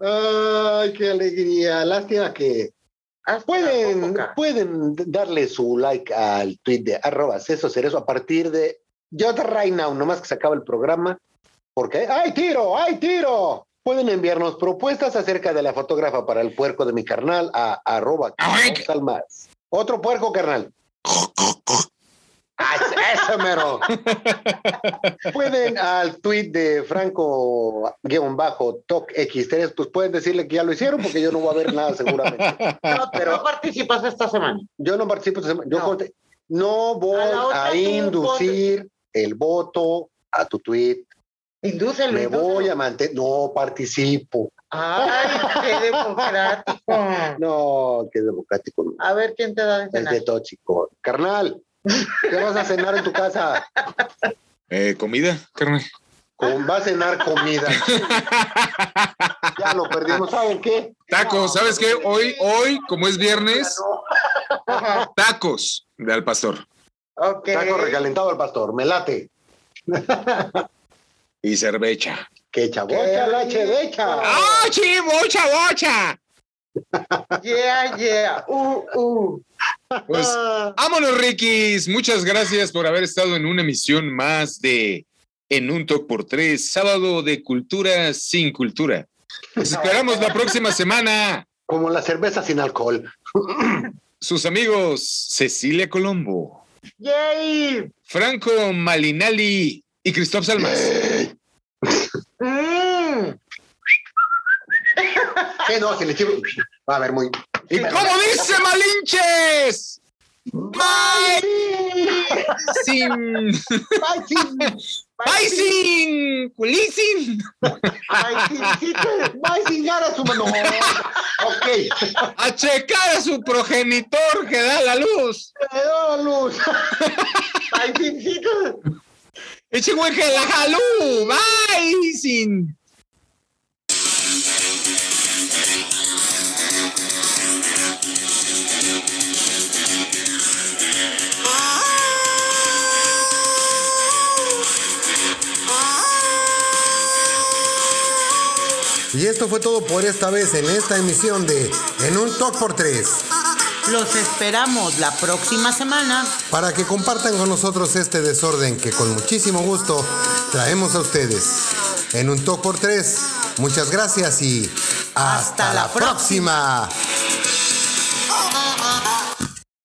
Ay, qué alegría. Lástima que
Hasta la
pueden,
boca.
pueden darle su like al tweet de arroba Ceso Cerezo a partir de yo de right now, nomás que se acaba el programa. Porque ¡ay, tiro! ¡Ay, tiro! Pueden enviarnos propuestas acerca de la fotógrafa para el puerco de mi carnal a arroba
Ay,
Carlos Almas. Otro puerco, carnal. Ah, es- Eso, mero. pueden al tweet de Franco guión bajo toc x3, pues pueden decirle que ya lo hicieron porque yo no voy a ver nada seguramente.
No, pero no participas esta semana.
Yo no participo, esta semana. yo
No.
conte- no, voy
A la
a,
otra tú,
inducir el voto a tu tweet.
Indúcelo.
Me
indúcelo.
voy a mantener, no participo.
Ay, qué democrático.
No, qué democrático. no.
A ver quién te da de
Es
cenar.
de tóxico. Carnal, ¿qué vas a cenar en tu casa?
Eh, comida, carne.
Con, va a cenar comida. ya lo perdimos. ¿Saben qué?
Tacos, ¿sabes qué? Hoy, hoy, como es viernes,
Ajá,
tacos de al pastor.
ok.
Taco recalentado al pastor. Me late.
Y cervecha.
Que chabocha,
Qué
la
rico.
chevecha.
¡Ah, sí! ¡Bocha, bocha!
Yeah, yeah. Uh, uh. Ah,
Pues vámonos, Rikis. Muchas gracias por haber estado en una emisión más de En un Talk por Tres, sábado de cultura sin cultura. Les esperamos la próxima semana.
Como la cerveza sin alcohol.
Sus amigos Cecilia Colombo,
Yay.
Franco Malinali y Cristóbal Salmas.
Mm.
¿Qué no? Si le chivo. Va a ver muy.
Y como dice Malinches. Bye. Sin.
Ay, sí.
Bye sin. Culisin.
Ay, sí, sí, te-
Va a enseñar a su mano. ok,
A checar a su progenitor que da la luz.
me dio la luz.
ay, sí, sí, te-
Eche güey que la jalú. Bye sin.
Y esto fue todo por esta vez en esta emisión de En un Talk por 3.
Los esperamos la próxima semana.
Para que compartan con nosotros este desorden que con muchísimo gusto traemos a ustedes. En un Talk por 3. Muchas gracias y hasta, la próxima.